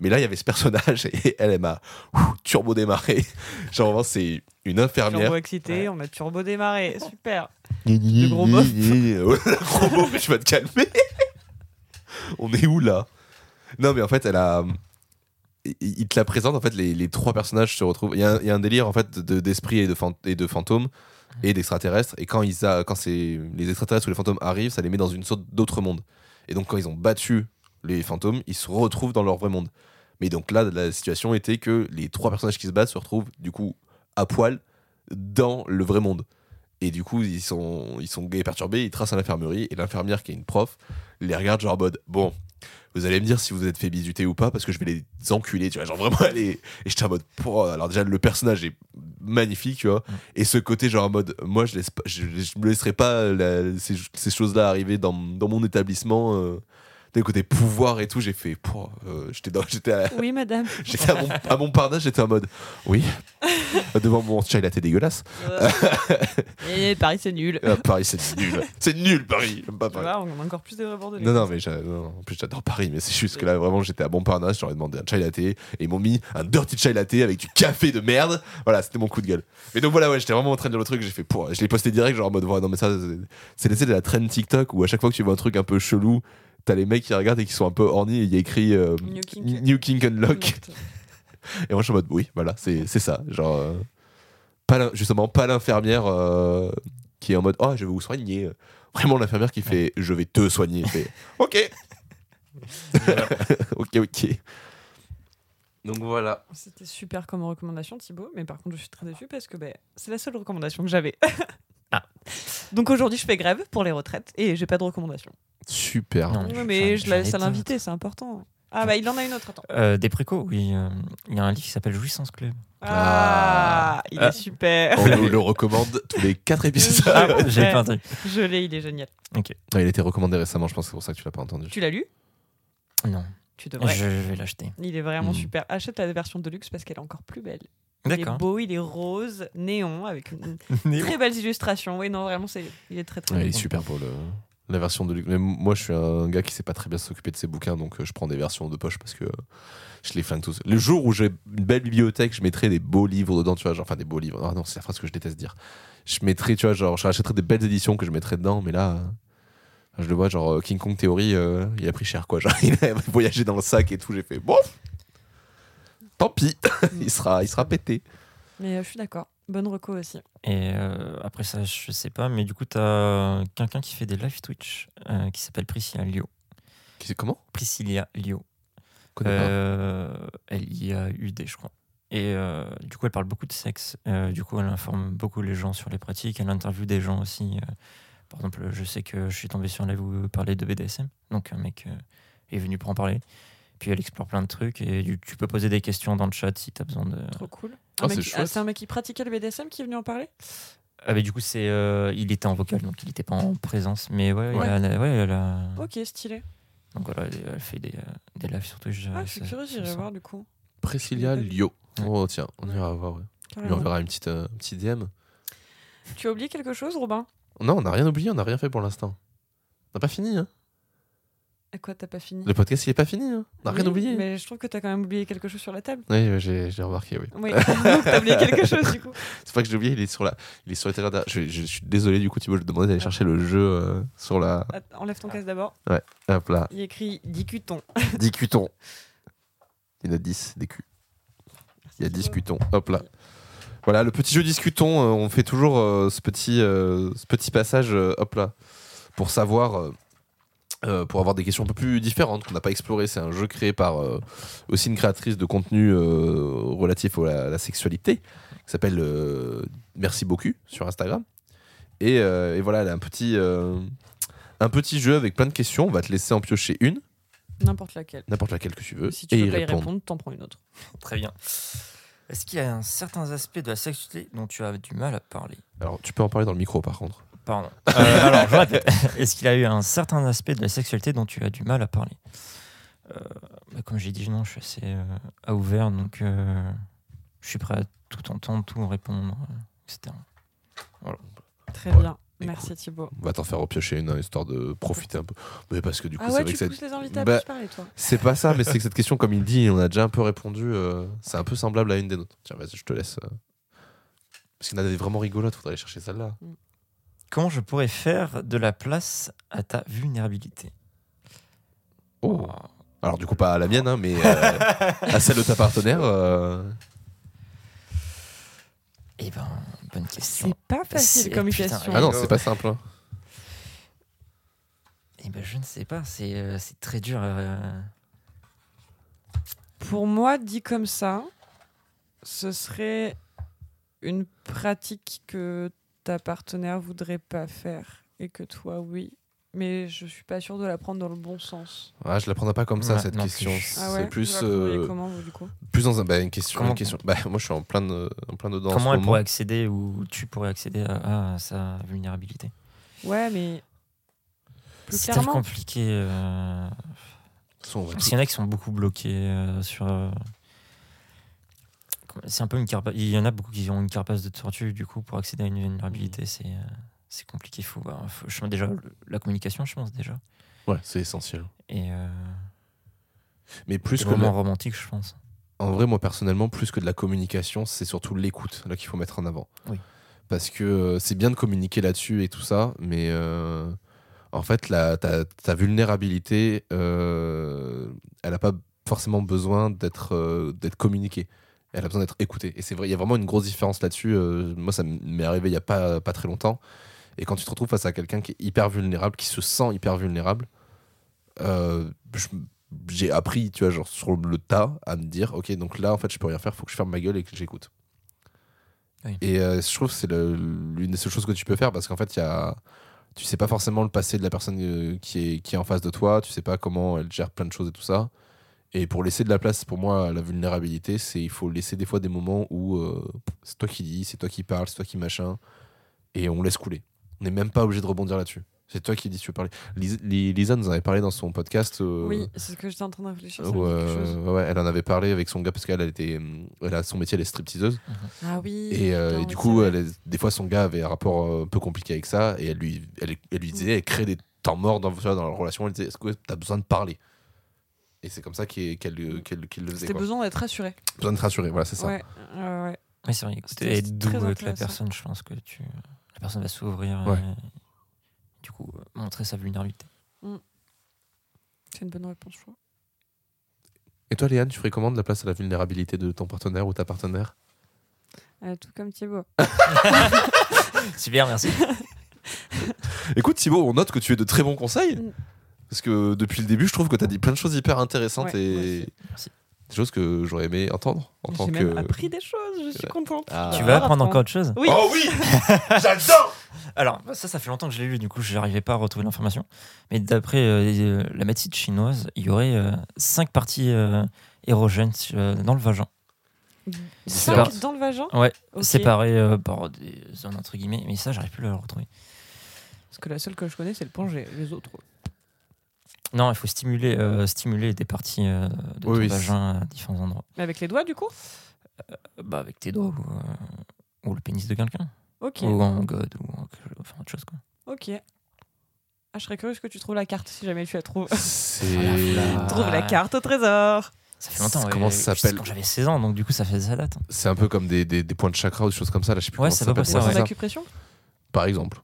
Mais là, il y avait ce personnage et elle, elle m'a ouf, turbo démarré. Genre vraiment, c'est une Ah, infirmière Turbo excité, on a turbo démarré. Super. le gros bof. le gros bof, je vais te calmer. On est où là Non, mais en fait, elle a. Il il te la présente, en fait, les, les trois personnages se retrouvent. Il y, a un- il y a un délire, en fait, de- d'esprit et, de fan- et de fantômes et d'extraterrestres. Et quand, ils a, quand c'est- les extraterrestres ou les fantômes arrivent, ça les met dans une sorte d'autre monde. Et donc, quand ils ont battu les fantômes, ils se retrouvent dans leur vrai monde. Mais donc là, la situation était que les trois personnages qui se battent se retrouvent, du coup, à poil dans le vrai monde. Et du coup, ils sont, ils sont gays et perturbés, ils tracent à l'infirmerie, et l'infirmière, qui est une prof, les regarde genre en mode Bon, vous allez me dire si vous êtes fait bisuter ou pas, parce que je vais les enculer, tu vois. Genre vraiment, elle est. Et j'étais en mode Pouah. Alors, déjà, le personnage est magnifique, tu vois. Mm. Et ce côté, genre en mode Moi, je, laisse, pas- je, je me laisserai pas la- ces, ces choses-là arriver dans, dans mon établissement. euh. D'un côté pouvoir et tout, j'ai fait. Pouah, euh, J'étais dans- j'étais à, Oui, madame. j'étais à, mon, à Montparnasse, j'étais en mode Oui, devant mon chai latte dégueulasse. Euh, Et Eh, Paris, c'est nul. Ah, Paris, c'est nul. C'est nul, Paris. bah, J'aime pas Tu Paris. vois, on a encore plus de vrais bordelais. Non, non, mais j'a- non, non, en plus, j'adore Paris, mais c'est juste que là, vraiment, j'étais à Montparnasse, j'aurais demandé un chai latte, et ils m'ont mis un dirty chai latte avec du café de merde. Voilà, c'était mon coup de gueule. Mais donc voilà, ouais, j'étais vraiment en train de dire le truc, j'ai fait pour. Je l'ai posté direct, genre en mode, ouais, non, mais ça, c'est- c'est laissé de la traîne TikTok où à chaque fois que tu vois un truc un peu chelou, t'as les mecs qui regardent et qui sont un peu horny et il y a écrit euh, New Kink. New King Unlock. Et moi, je suis en mode, oui, voilà, c'est c'est ça. Genre, euh, pas l'in- justement, pas l'infirmière euh, qui est en mode, oh, je vais vous soigner. Vraiment, l'infirmière qui fait, je vais te soigner. Fait, ok, ok, ok. Donc voilà. euh, C'était super comme recommandation, Thibaut, mais par contre, je suis très déçue parce que ben, c'est la seule recommandation que j'avais. Ah. Donc aujourd'hui, je fais grève pour les retraites et j'ai pas de recommandation. Super. Non. Ouais, je- mais j'en- je la j'en laisse à ai d'autres. l'invité, c'est important. Ah, bah il en a une autre, attends. Euh, des précaux, oui. euh, Il y a un livre qui s'appelle Jouissance Club. Ah, Ah. il Ah. est super. On nous le recommande tous les 4 épisodes. Ah, ouais. J'ai pas entendu. Je l'ai, il est génial. Ah, il a été recommandé récemment, je pense que c'est pour ça que tu l'as pas entendu. Tu l'as lu Non, Tu devrais. je Hmm. vais l'acheter. Il est vraiment Mm. super. Achète la version de luxe parce qu'elle est encore plus belle. Il est D'accord. beau, il est rose, néon, avec une Néo. très belles illustrations. Oui, non, vraiment, c'est... il est très très Ouais, il beau. est super beau le- La version de Luc. Mais moi, je suis un gars qui sait pas très bien s'occuper de ses bouquins, donc euh, je prends des versions de poche parce que euh, je les flingue tous. Le jour où j'ai une belle bibliothèque, je mettrai des beaux livres dedans, tu vois. Genre, enfin, des beaux livres. Ah non, c'est la phrase que je déteste dire. Je mettrai, tu vois, genre, je rachèterai des belles éditions que je mettrai dedans, mais là, euh, je le vois, genre, euh, King Kong Theory, euh, il a pris cher, quoi. Genre, il a voyagé dans le sac et tout. J'ai fait, bon, tant pis, il sera, il sera pété. Mais euh, je suis d'accord. Bonne reco aussi. Et euh, après ça, je sais pas, mais du coup, t'as euh, quelqu'un qui fait des live Twitch euh, qui s'appelle Priscilla Lio. Qui c'est comment Priscilla Lio. Je connais pas. Euh, elle y a eu des, je crois. Et euh, du coup, elle parle beaucoup de sexe. Euh, du coup, elle informe beaucoup les gens sur les pratiques. Elle interviewe des gens aussi. Euh, par exemple, je sais que je suis tombé sur un live où elle parlait de BDSM. Donc, un mec euh, est venu pour en parler. Puis elle explore plein de trucs. Et du- tu peux poser des questions dans le chat si t'as besoin de. Trop cool. Ah, Oh, Un mec c'est qui- chouette. c'est un mec qui pratiquait le BDSM qui est venu en parler Ah, mais du coup, c'est, euh, il était en vocal, donc il n'était pas en présence. Mais ouais, Ouais. elle a- ouais, elle a- Ok, stylé. Donc voilà, elle, elle fait des, euh, des lives sur Twitch. Ah, euh, je suis ça- curieuse, ça j'irai sent. voir du coup. Priscilla Lio. Oh, tiens, on ira voir, ouais. On lui Carrément. enverra une petite, euh, un petit DM. Tu as oublié quelque chose, Robin Non, on n'a rien oublié, on n'a rien fait pour l'instant. On n'a pas fini, hein À quoi t'as pas fini Le podcast, il est pas fini. hein. On n'a rien Oui, oublié. Mais je trouve que t'as quand même oublié quelque chose sur la table. Oui, oui, j'ai j'ai remarqué, oui. Oui, donc t'as oublié quelque chose du coup. C'est pas que j'ai oublié, il est sur la, il est sur l'étagère derrière. Je, je suis désolé du coup, Thibaut, je te demandais d'aller chercher le jeu euh, sur la. Attends, enlève Ah. ton casque d'abord. Hop là, Il y a écrit discutons. 10 cutons. Il y en a 10 des culs. Il y a 10 cutons. Hop là. Voilà, le petit jeu discutons. euh, on fait toujours euh, ce, petit, euh, ce petit passage, euh, hop là, pour savoir. euh, euh, pour avoir des questions un peu plus différentes qu'on n'a pas explorées. C'est un jeu créé par euh, aussi une créatrice de contenu euh, relatif au- à la, sexualité qui s'appelle euh, Merci beaucoup sur Instagram. Et, euh, et voilà, elle a un petit, euh, un petit jeu avec plein de questions. On va te laisser en piocher une N'importe laquelle. n'importe laquelle que tu veux Si tu Euh, et veux y pas y répondre. répondre, t'en prends une autre. Très bien. Est-ce qu'il y a un- certains aspects de la sexualité dont tu as du mal à parler Alors tu peux en parler dans le micro par contre. Pardon. Euh, alors, je répète. Est-ce qu'il y a eu un certain aspect de la sexualité dont tu as du mal à parler Euh, bah, Comme j'ai dit, non, je suis assez euh, à ouvert, donc euh, je suis prêt à tout entendre, tout répondre, euh, etc. Très Ouais. bien. Écoute. Merci Thibaut. On va t'en faire repiocher une hein, histoire de profiter un peu. Mais parce que du coup Ah c'est ouais, vrai tu que c'est... pousses les invités à Bah- plus parler, toi. c'est pas ça, mais c'est que cette question, comme il dit, on a déjà un peu répondu. euh, c'est un peu semblable à une des nôtres. Tiens, vas-y, je te laisse. euh. Parce qu'il y en a des vraiment rigolotes, faudrait aller chercher celle-là. Comment je pourrais faire de la place à ta vulnérabilité Oh. Alors du coup pas à la mienne, hein, mais euh, à celle de ta partenaire. euh, Eh ben, bonne question. Bah, C'est pas facile C'est- comme putain, question. Ah non, c'est pas simple. hein. Eh ben, je ne sais pas, c'est euh, c'est très dur. euh. Pour moi, dit comme ça, ce serait une pratique que ta partenaire voudrait pas faire et que toi, oui. Mais je suis pas sûre de la prendre dans le bon sens. Ah, je la prendrai pas comme ça Ouais, cette non question. plus. Ah ouais c'est plus, Vous la prendriez euh, comment, vous, du coup plus dans un, bah, une question. Comment- une question. Bah, moi je suis en plein, de, en plein dedans. en Comment ce elle moment. pourrait accéder ou tu pourrais accéder à, à sa vulnérabilité Ouais, mais. Plus C'est très clairement. compliqué. euh, De toute façon, on va Parce qu'il y en a qui sont beaucoup bloqués euh, sur. euh, comment- C'est un peu une carapace. Il y en a beaucoup qui ont une carapace de tortue, du coup, pour accéder à une vulnérabilité, c'est. euh, C'est compliqué, faut, voir, faut- je pense déjà le- la communication, je pense déjà. Ouais, c'est essentiel. Et euh, Mais plus le que moment romantique, je pense. en vrai, moi personnellement, plus que de la communication, c'est surtout l'écoute là qu'il faut mettre en avant. Oui. Parce que euh, c'est bien de communiquer là-dessus et tout ça, mais euh, en fait, la, ta, ta vulnérabilité, euh, elle n'a pas forcément besoin d'être euh, d'être communiquée. Elle a besoin d'être écoutée. Et c'est vrai, il y a vraiment une grosse différence là-dessus. Euh, moi, ça m'est arrivé il n'y a pas, pas très longtemps. Et quand tu te retrouves face à quelqu'un qui est hyper vulnérable, qui se sent hyper vulnérable, euh, je- j'ai appris, tu vois, genre sur le tas, à me dire, ok, donc là, en fait, je peux rien faire, faut que je ferme ma gueule et que j'écoute. Oui. Et euh, je trouve que c'est le- l'une des seules choses que tu peux faire parce qu'en fait, il y a, tu sais pas forcément le passé de la personne euh, qui est, qui est en face de toi, tu sais pas comment elle gère plein de choses et tout ça. Et pour laisser de la place, pour moi, à la vulnérabilité, c'est il faut laisser des fois des moments où euh, c'est toi qui dis, c'est toi qui parle, c'est toi qui machin, et on laisse couler. On n'est même pas obligé de rebondir là-dessus. C'est toi qui dis, tu veux parler. Lis- Li- Lisa nous en avait parlé dans son podcast. euh, Oui, c'est ce que j'étais en train de réfléchir. ça me dit Ouais, euh, quelque chose. ouais, elle en avait parlé avec son gars parce qu'elle elle était, hum, elle a son métier, elle est stripteaseuse. Ah oui. Et, euh, putain, et oui, du coup, c'est elle vrai. est- des fois, son gars avait un rapport euh, un peu compliqué avec ça. Et elle lui, elle, elle lui disait, elle crée des temps morts dans, tu vois, dans la relation. Elle disait, est-ce que t'as besoin de parler Et c'est comme ça qu'il- qu'elle qu'elle- qu'il le faisait. C'était Quoi. besoin d'être rassuré. Besoin de te rassurer, voilà, c'est ça. Ouais, ouais, ouais. Oui, c'est vrai, C'était- écouter être c'était doux très avec la intéressant. personne, je pense que tu, la personne va s'ouvrir. Ouais. et, du coup, euh, montrer sa vulnérabilité. C'est une bonne réponse, je crois. Et toi, Léane, tu ferais comment de la place à la vulnérabilité de ton partenaire ou ta partenaire Euh, tout comme Thibaut. Super, merci. Écoute, Thibaut, on note que tu es de très bons conseils. Mm. Parce que depuis le début, je trouve que t'as dit plein de choses hyper intéressantes Ouais, moi et aussi. Merci. des choses que j'aurais aimé entendre en tant J'ai que. même appris des choses, je suis Ouais. contente. Ah. tu Ah, vas apprendre encore autre chose Oui. Oh oui J'adore Alors, bah, ça, ça fait longtemps que je l'ai lu, du coup, je n'arrivais pas à retrouver l'information. Mais d'après euh, les, euh, la médecine chinoise, il y aurait euh, cinq parties euh, érogènes euh, dans le vagin, Cinq Différentes. dans le vagin Ouais, Ok. séparées euh, par des zones entre guillemets. Mais ça, j'arrive plus à le retrouver. Parce que la seule que je connais, c'est le pangé. Les autres. Non, il faut stimuler, euh, stimuler des parties euh, de Oui, ton oui, vagin à différents endroits. Mais avec les doigts, du coup Euh, Bah, avec tes doigts ou, euh, ou le pénis de quelqu'un. Oh. Ok. Ou en god ou en, enfin, autre chose. Quoi. Ok. Ah, je serais curieuse que tu trouves la carte si jamais tu la trouves. C'est. Ah. Trouve la carte au trésor. Ça fait longtemps. Comment ouais. ça Je sais s'appelle Quand j'avais 16 ans, donc du coup, ça fait ça date. hein. C'est un peu comme des, des, des points de chakra ou des choses comme ça. Là, je sais plus Ouais, comment ça s'appelle. peut passer, Ouais, Son ouais. c'est ça. acupression Par exemple.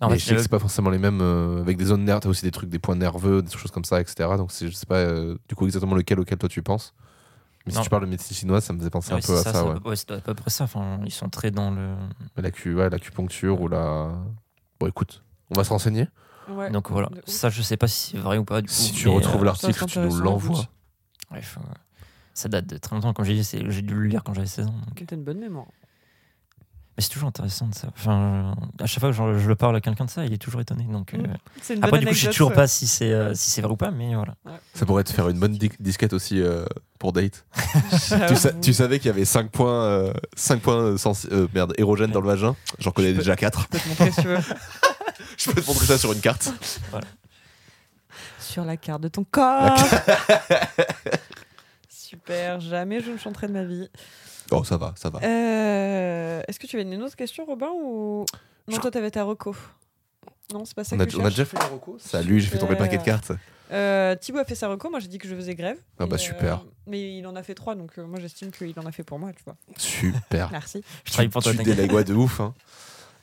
Non, en Mais fait, je sais que le- c'est pas forcément les mêmes. euh, avec des zones nerfs, t'as aussi des trucs, des points nerveux, des choses comme ça, etc. Donc c'est- je sais pas euh, du coup exactement lequel auquel toi tu penses. Mais Non. si tu parles de médecine chinoise, ça me faisait penser ouais, un peu à c'est ça. ça, ouais. ouais, c'est à peu près ça. Enfin, ils sont très dans le. L'acu- ouais, L'acupuncture ou la. Bon, écoute, on va se renseigner. Ouais. Donc voilà. De ouf. Ça, je sais pas si c'est vrai ou pas. Du coup, si tu mais, retrouves euh, l'article, ça, c'est tu nous intéressant, l'envoies. écoute. bref, euh, ça date de très longtemps. Comme j'ai dit, c'est- j'ai dû le lire quand j'avais 16 ans. donc. T'as une bonne mémoire. Mais c'est toujours intéressant de ça. Enfin, euh, à chaque fois que je, je le parle à quelqu'un de ça, il est toujours étonné. Donc, euh, Mm. C'est une Après, bonne du coup, je sais anecdote, toujours ça. pas si c'est euh, si c'est vrai ou pas, mais voilà. Ça pourrait te faire une bonne di- disquette aussi euh, pour date. tu, sa- J'avoue. tu savais qu'il y avait 5 points, euh, cinq points euh, sensi- euh, merde, érogènes dans le vagin. J'en connais déjà 4. Je peux te montrer si tu veux. Je peux te montrer ça sur une carte. Sur la carte de ton corps. Super, jamais je ne chanterai de ma vie. Oh, ça va, ça va. Euh, Est-ce que tu avais une autre question, Robin ou... Non, Je- toi, t'avais ta reco. Non, c'est pas ça On que a, tu on a cherches. déjà fait les recos Salut, j'ai fait tomber le paquet de cartes. Euh, Thibaut a fait sa reco, moi j'ai dit que je faisais grève. Ah bah Et, euh, super. mais il en a fait trois, donc euh, moi j'estime qu'il en a fait pour moi, tu vois. Super. Merci. Je travaille pour toi, tu t'inquiète. délègues, ouais, de ouf. hein.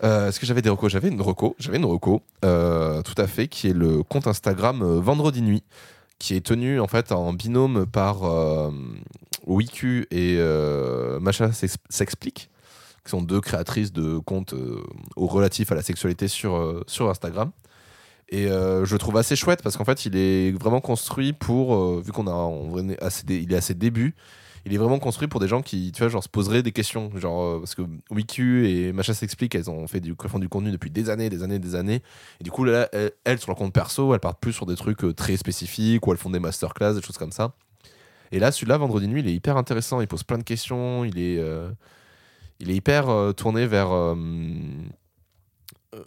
Euh, Est-ce que j'avais des recos J'avais une reco, j'avais une reco, euh, tout à fait, qui est le compte Instagram euh, Vendredi Nuit, qui est tenu en fait en binôme par euh, Wiku et euh, Macha S'ex- s'explique, qui sont deux créatrices de comptes euh, au- relatifs à la sexualité sur, euh, sur Instagram. Et euh, je le trouve assez chouette parce qu'en fait, il est vraiment construit pour, euh, vu qu'on a, on est à ses dé- il est à ses débuts, il est vraiment construit pour des gens qui, tu vois, genre, se poseraient des questions. Genre, euh, parce que Wiku et Macha s'explique, elles ont fait du, font du contenu depuis des années, des années, des années. Et du coup, là, elles, elles, sur leur compte perso, elles partent plus sur des trucs euh, très spécifiques ou elles font des masterclass, des choses comme ça. Et là, celui-là, vendredi nuit, il est hyper intéressant. Il pose plein de questions. Il est, euh, il est hyper euh, tourné vers, euh,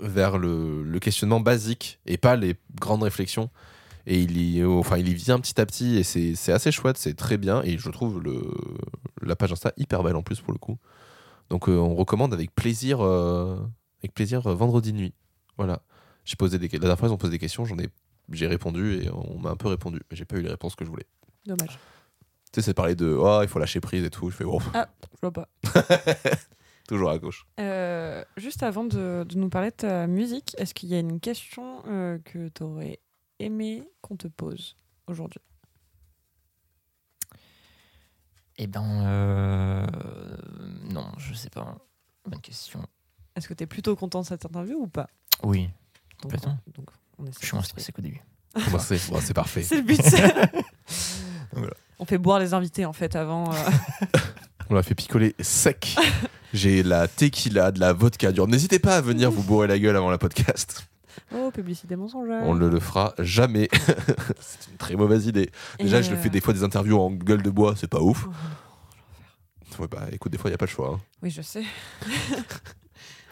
vers le, le questionnement basique et pas les grandes réflexions. Et il y, oh, enfin, il y vient petit à petit et c'est c'est assez chouette, c'est très bien. Et je trouve le, la page Insta hyper belle en plus pour le coup. Donc euh, on recommande avec plaisir, euh, avec plaisir euh, vendredi nuit. Voilà. J'ai posé des, que- la dernière fois, ils ont posé des questions, j'en ai, j'ai répondu et on m'a un peu répondu. Mais j'ai pas eu les réponses que je voulais. Dommage. Tu sais, c'est parler de oh, il faut lâcher prise et tout. Je fais bon, Je vois pas. toujours à gauche. Euh, juste avant de, de nous parler de ta musique, est-ce qu'il y a une question euh, que tu aurais aimé qu'on te pose aujourd'hui Eh ben, euh, non, je sais pas. Bonne question. Est-ce que tu es plutôt content de cette interview ou pas Oui, donc, Complètement. donc, on essaie je suis moins de- stressé qu'au début. Bon, c'est bon, c'est parfait. C'est le but. voilà. On fait boire les invités en fait avant. euh, On l'a fait picoler sec. J'ai la tequila, de la vodka dure. N'hésitez pas à venir vous bourrer la gueule avant la podcast. Oh, publicité mensongère. On ne le fera jamais. c'est une très mauvaise idée. Et, Déjà, je le euh, fais des fois des interviews en gueule de bois, c'est pas ouf. oh, Ouais, bah écoute, des fois, il n'y a pas le choix. hein. Oui, je sais.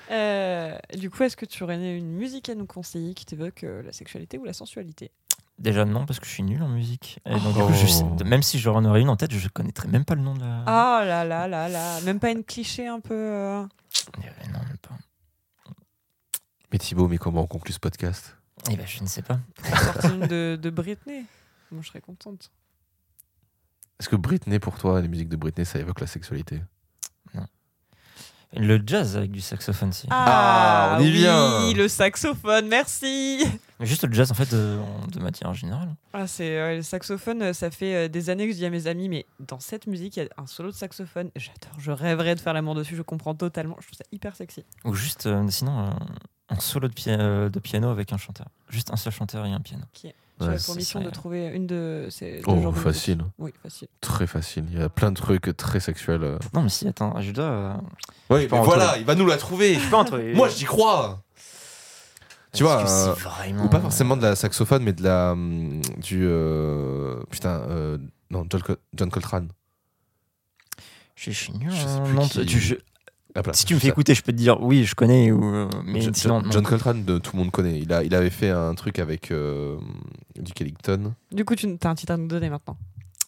Euh, du coup, est-ce que tu aurais une musique à nous conseiller qui t'évoque euh, la sexualité ou la sensualité Déjà, non, parce que je suis nul en musique. Et donc, du Oh. coup, je sais- même si j'en aurais une en tête, je connaîtrais même pas le nom de la. Ah là là là là, même pas une cliché un peu. euh, Euh, non, même pas. Mais Thibaut, mais comment on conclut ce podcast Eh ben, je ne sais pas. sortir une de, de Britney. Moi, je serais contente. Est-ce que Britney, pour toi, les musiques de Britney, ça évoque la sexualité Le jazz avec du saxophone, si. Ah, on y oui, vient. le saxophone, merci. Mais juste le jazz, en fait, de, en- de matière générale. Ah, c'est euh, le saxophone, euh, ça fait euh, des années que je dis à mes amis, mais dans cette musique, il y a un solo de saxophone. J'adore, je rêverais de faire l'amour dessus, je comprends totalement. Je trouve ça hyper sexy. Ou juste, euh, sinon, un- un solo de, pia- euh, de piano avec un chanteur. Juste un seul chanteur et un piano. Ouais, J'avais ça pour mission de serait- trouver une de ces. deux genres Oh, de facile. musique. Oui, facile. Très facile. Il y a plein de trucs très sexuels. euh. Non, mais si, attends, je dois. euh, Oui, mais voilà, il va nous la trouver. Je peux en trouver. Moi, j'y crois. Tu Est-ce vois, que euh, c'est vraiment... Ou pas forcément de la saxophone, mais de la. hum, du. euh, putain, euh, non, John, Col- John Coltrane. Je, je suis nul. Je sais hein, plus non, qui- tu- je- Hop là, Si tu me c'est fais ça. écouter, je peux te dire oui, je connais. Ou, euh, mais Jo- sinon, Jo- non. John Coltrane, de, tout le monde connaît. Il, a, il avait fait un truc avec euh, Duke Ellington. Du coup, tu as un titre à nous donner maintenant.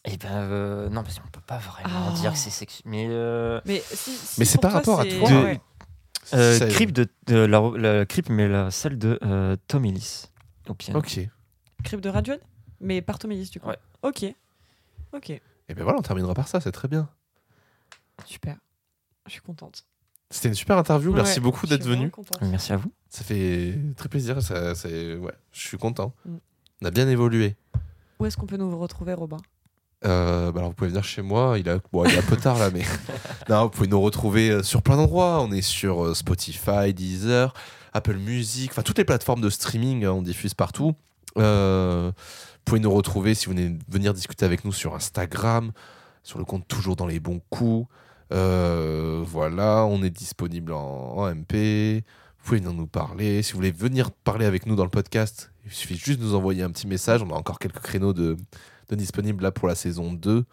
Eh ben, euh, non, parce qu'on peut pas vraiment Ah. dire que c'est sexu. Mais. Euh, Mais, si, si Mais c'est pour par rapport à c'est- toi. De- ouais. euh, Ça- Creep de, de la, la Creep, mais la, celle de euh, Tom Ellis. au piano. Ok. Eh Et Crip de Radiohead Mais Partomélis, du coup. Ouais. Ok. Ok. ben voilà, on terminera par ça, c'est très bien. Super. Je suis contente. C'était une super interview, merci Ouais, beaucoup je suis d'être venu. vraiment contente. Merci à vous. Ça fait très plaisir, ça, c'est... Ouais, je suis content. Mm. On a bien évolué. Où est-ce qu'on peut nous retrouver, Robin Euh, bah alors vous pouvez venir chez moi, il, a, bon, il est un peu tard là, mais non, vous pouvez nous retrouver euh, sur plein d'endroits. On est sur euh, Spotify, Deezer, Apple Music, enfin toutes les plateformes de streaming, hein, on diffuse partout. Euh, vous pouvez nous retrouver si vous voulez venir discuter avec nous sur Instagram, sur le compte Toujours dans les bons coups. Euh, voilà, on est disponible en, en MP. Vous pouvez venir nous parler. Si vous voulez venir parler avec nous dans le podcast, il suffit juste de nous envoyer un petit message. On a encore quelques créneaux de, de disponibles là pour la saison 2.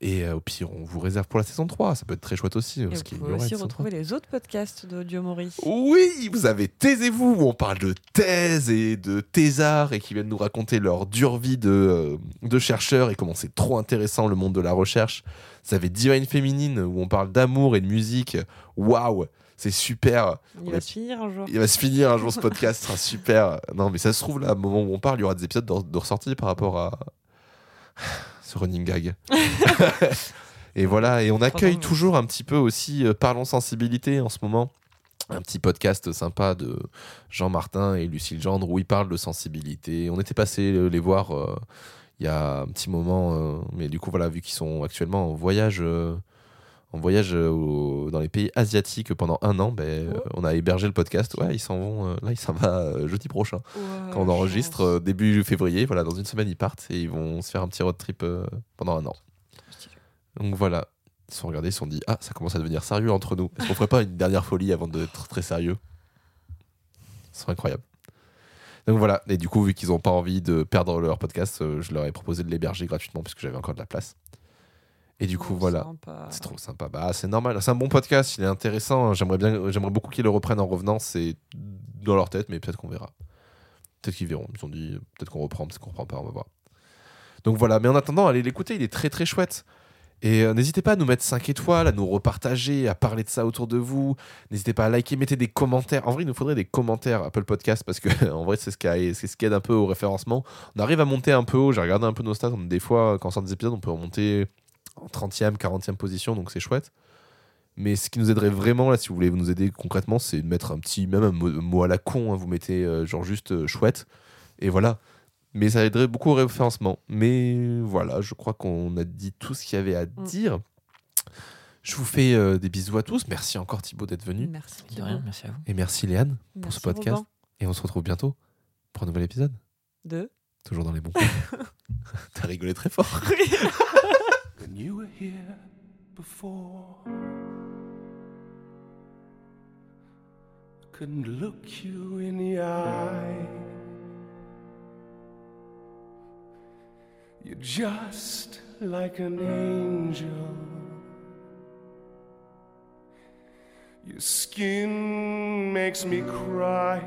Et euh, au pire, on vous réserve pour la saison 3. Ça peut être très chouette aussi. euh, Et parce vous qu'il y pouvez aura aussi une saison retrouver les autres podcasts d'Audio Mori. Oh, oui, vous avez Taisez-vous, où on parle de thèse et de thésards et qui viennent nous raconter leur dure vie de, euh, de chercheurs et comment c'est trop intéressant le monde de la recherche. Vous avez Divine Féminine, où on parle d'amour et de musique. Waouh, c'est super. Il On va est- se finir un jour. Il va se finir un jour ce podcast, sera super. Non, mais ça se trouve là, au moment où on parle, il y aura des épisodes de, de ressortie par rapport à ce running gag. et voilà, et on accueille Pardon. toujours un petit peu aussi euh, Parlons Sensibilité en ce moment. Un petit podcast sympa de Jean Martin et Lucille Gendre où ils parlent de sensibilité. On était passé euh, les voir euh, il y a un petit moment, euh, mais du coup, voilà, vu qu'ils sont actuellement en voyage. euh, en voyage euh, au- dans les pays asiatiques pendant un an, ben, Oh. euh, on a hébergé le podcast. Ouais, ils s'en vont. euh, là, il s'en va euh, jeudi prochain. Ouah, Quand on Oh, la enregistre chance. euh, début février, voilà, dans une semaine ils partent et ils vont se faire un petit road trip euh, pendant un an. euh, Donc voilà, ils se sont regardés, ils se sont dit ah ça commence à devenir sérieux entre nous. Est-ce qu'on ferait pas une dernière folie avant d'être très sérieux Ce serait incroyable. Donc voilà, et du coup vu qu'ils n'ont pas envie de perdre leur podcast, euh, je leur ai proposé de l'héberger gratuitement puisque j'avais encore de la place. Et du coup Oh, voilà. sympa. C'est trop sympa. Bah, c'est normal. C'est un bon podcast. Il est intéressant. J'aimerais bien, j'aimerais beaucoup qu'ils le reprennent en revenant. C'est dans leur tête, mais peut-être qu'on verra. Peut-être qu'ils verront. Ils ont dit euh, peut-être qu'on reprend, peut-être qu'on reprend pas. On va voir. Donc voilà. Mais en attendant, allez l'écouter. Il est très très chouette. Et euh, n'hésitez pas à nous mettre 5 étoiles, à nous repartager, à parler de ça autour de vous. N'hésitez pas à liker, mettez des commentaires. En vrai, il nous faudrait des commentaires Apple Podcast parce que en vrai, c'est ce, qui a- c'est ce qui aide un peu au référencement. On arrive à monter un peu haut. J'ai regardé un peu nos stats. on- Des fois, quand on sort des épisodes, on peut remonter en 30e, 40e position, donc c'est chouette. Mais ce qui nous aiderait vraiment, là, si vous voulez nous aider concrètement, c'est de mettre un petit, même un mot, mot à la con, hein, vous mettez euh, genre juste euh, chouette, et voilà. Mais ça aiderait beaucoup au référencement. Mais voilà, je crois qu'on a dit tout ce qu'il y avait à dire. Je vous fais euh, des bisous à tous. Merci encore Thibaut d'être venu. Merci. De rien, merci à vous. Et merci Léane. Merci, ce podcast. Robin. Et on se retrouve bientôt pour un nouvel épisode. De. Toujours dans les bons. coups. T'as rigolé très fort. When you were here before, I couldn't look you in the eye. You're just like an angel. Your skin makes me cry.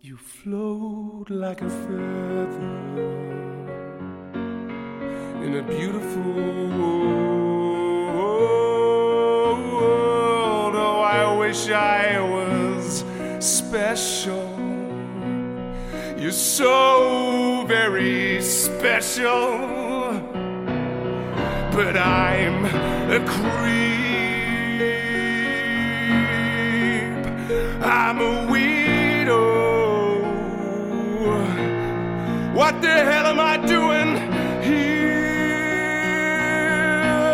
You float like a feather in a beautiful world. Oh, I wish I was special. You're so very special, but I'm a creep. I'm a widow. What the hell am I doing here?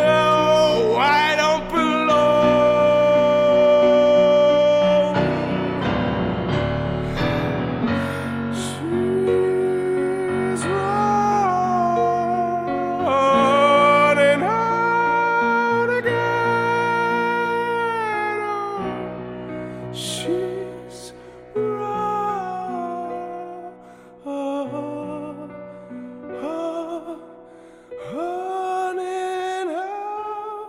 Oh, I don't belong. She's running out again. Oh, She's right. running out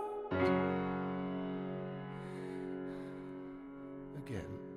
again.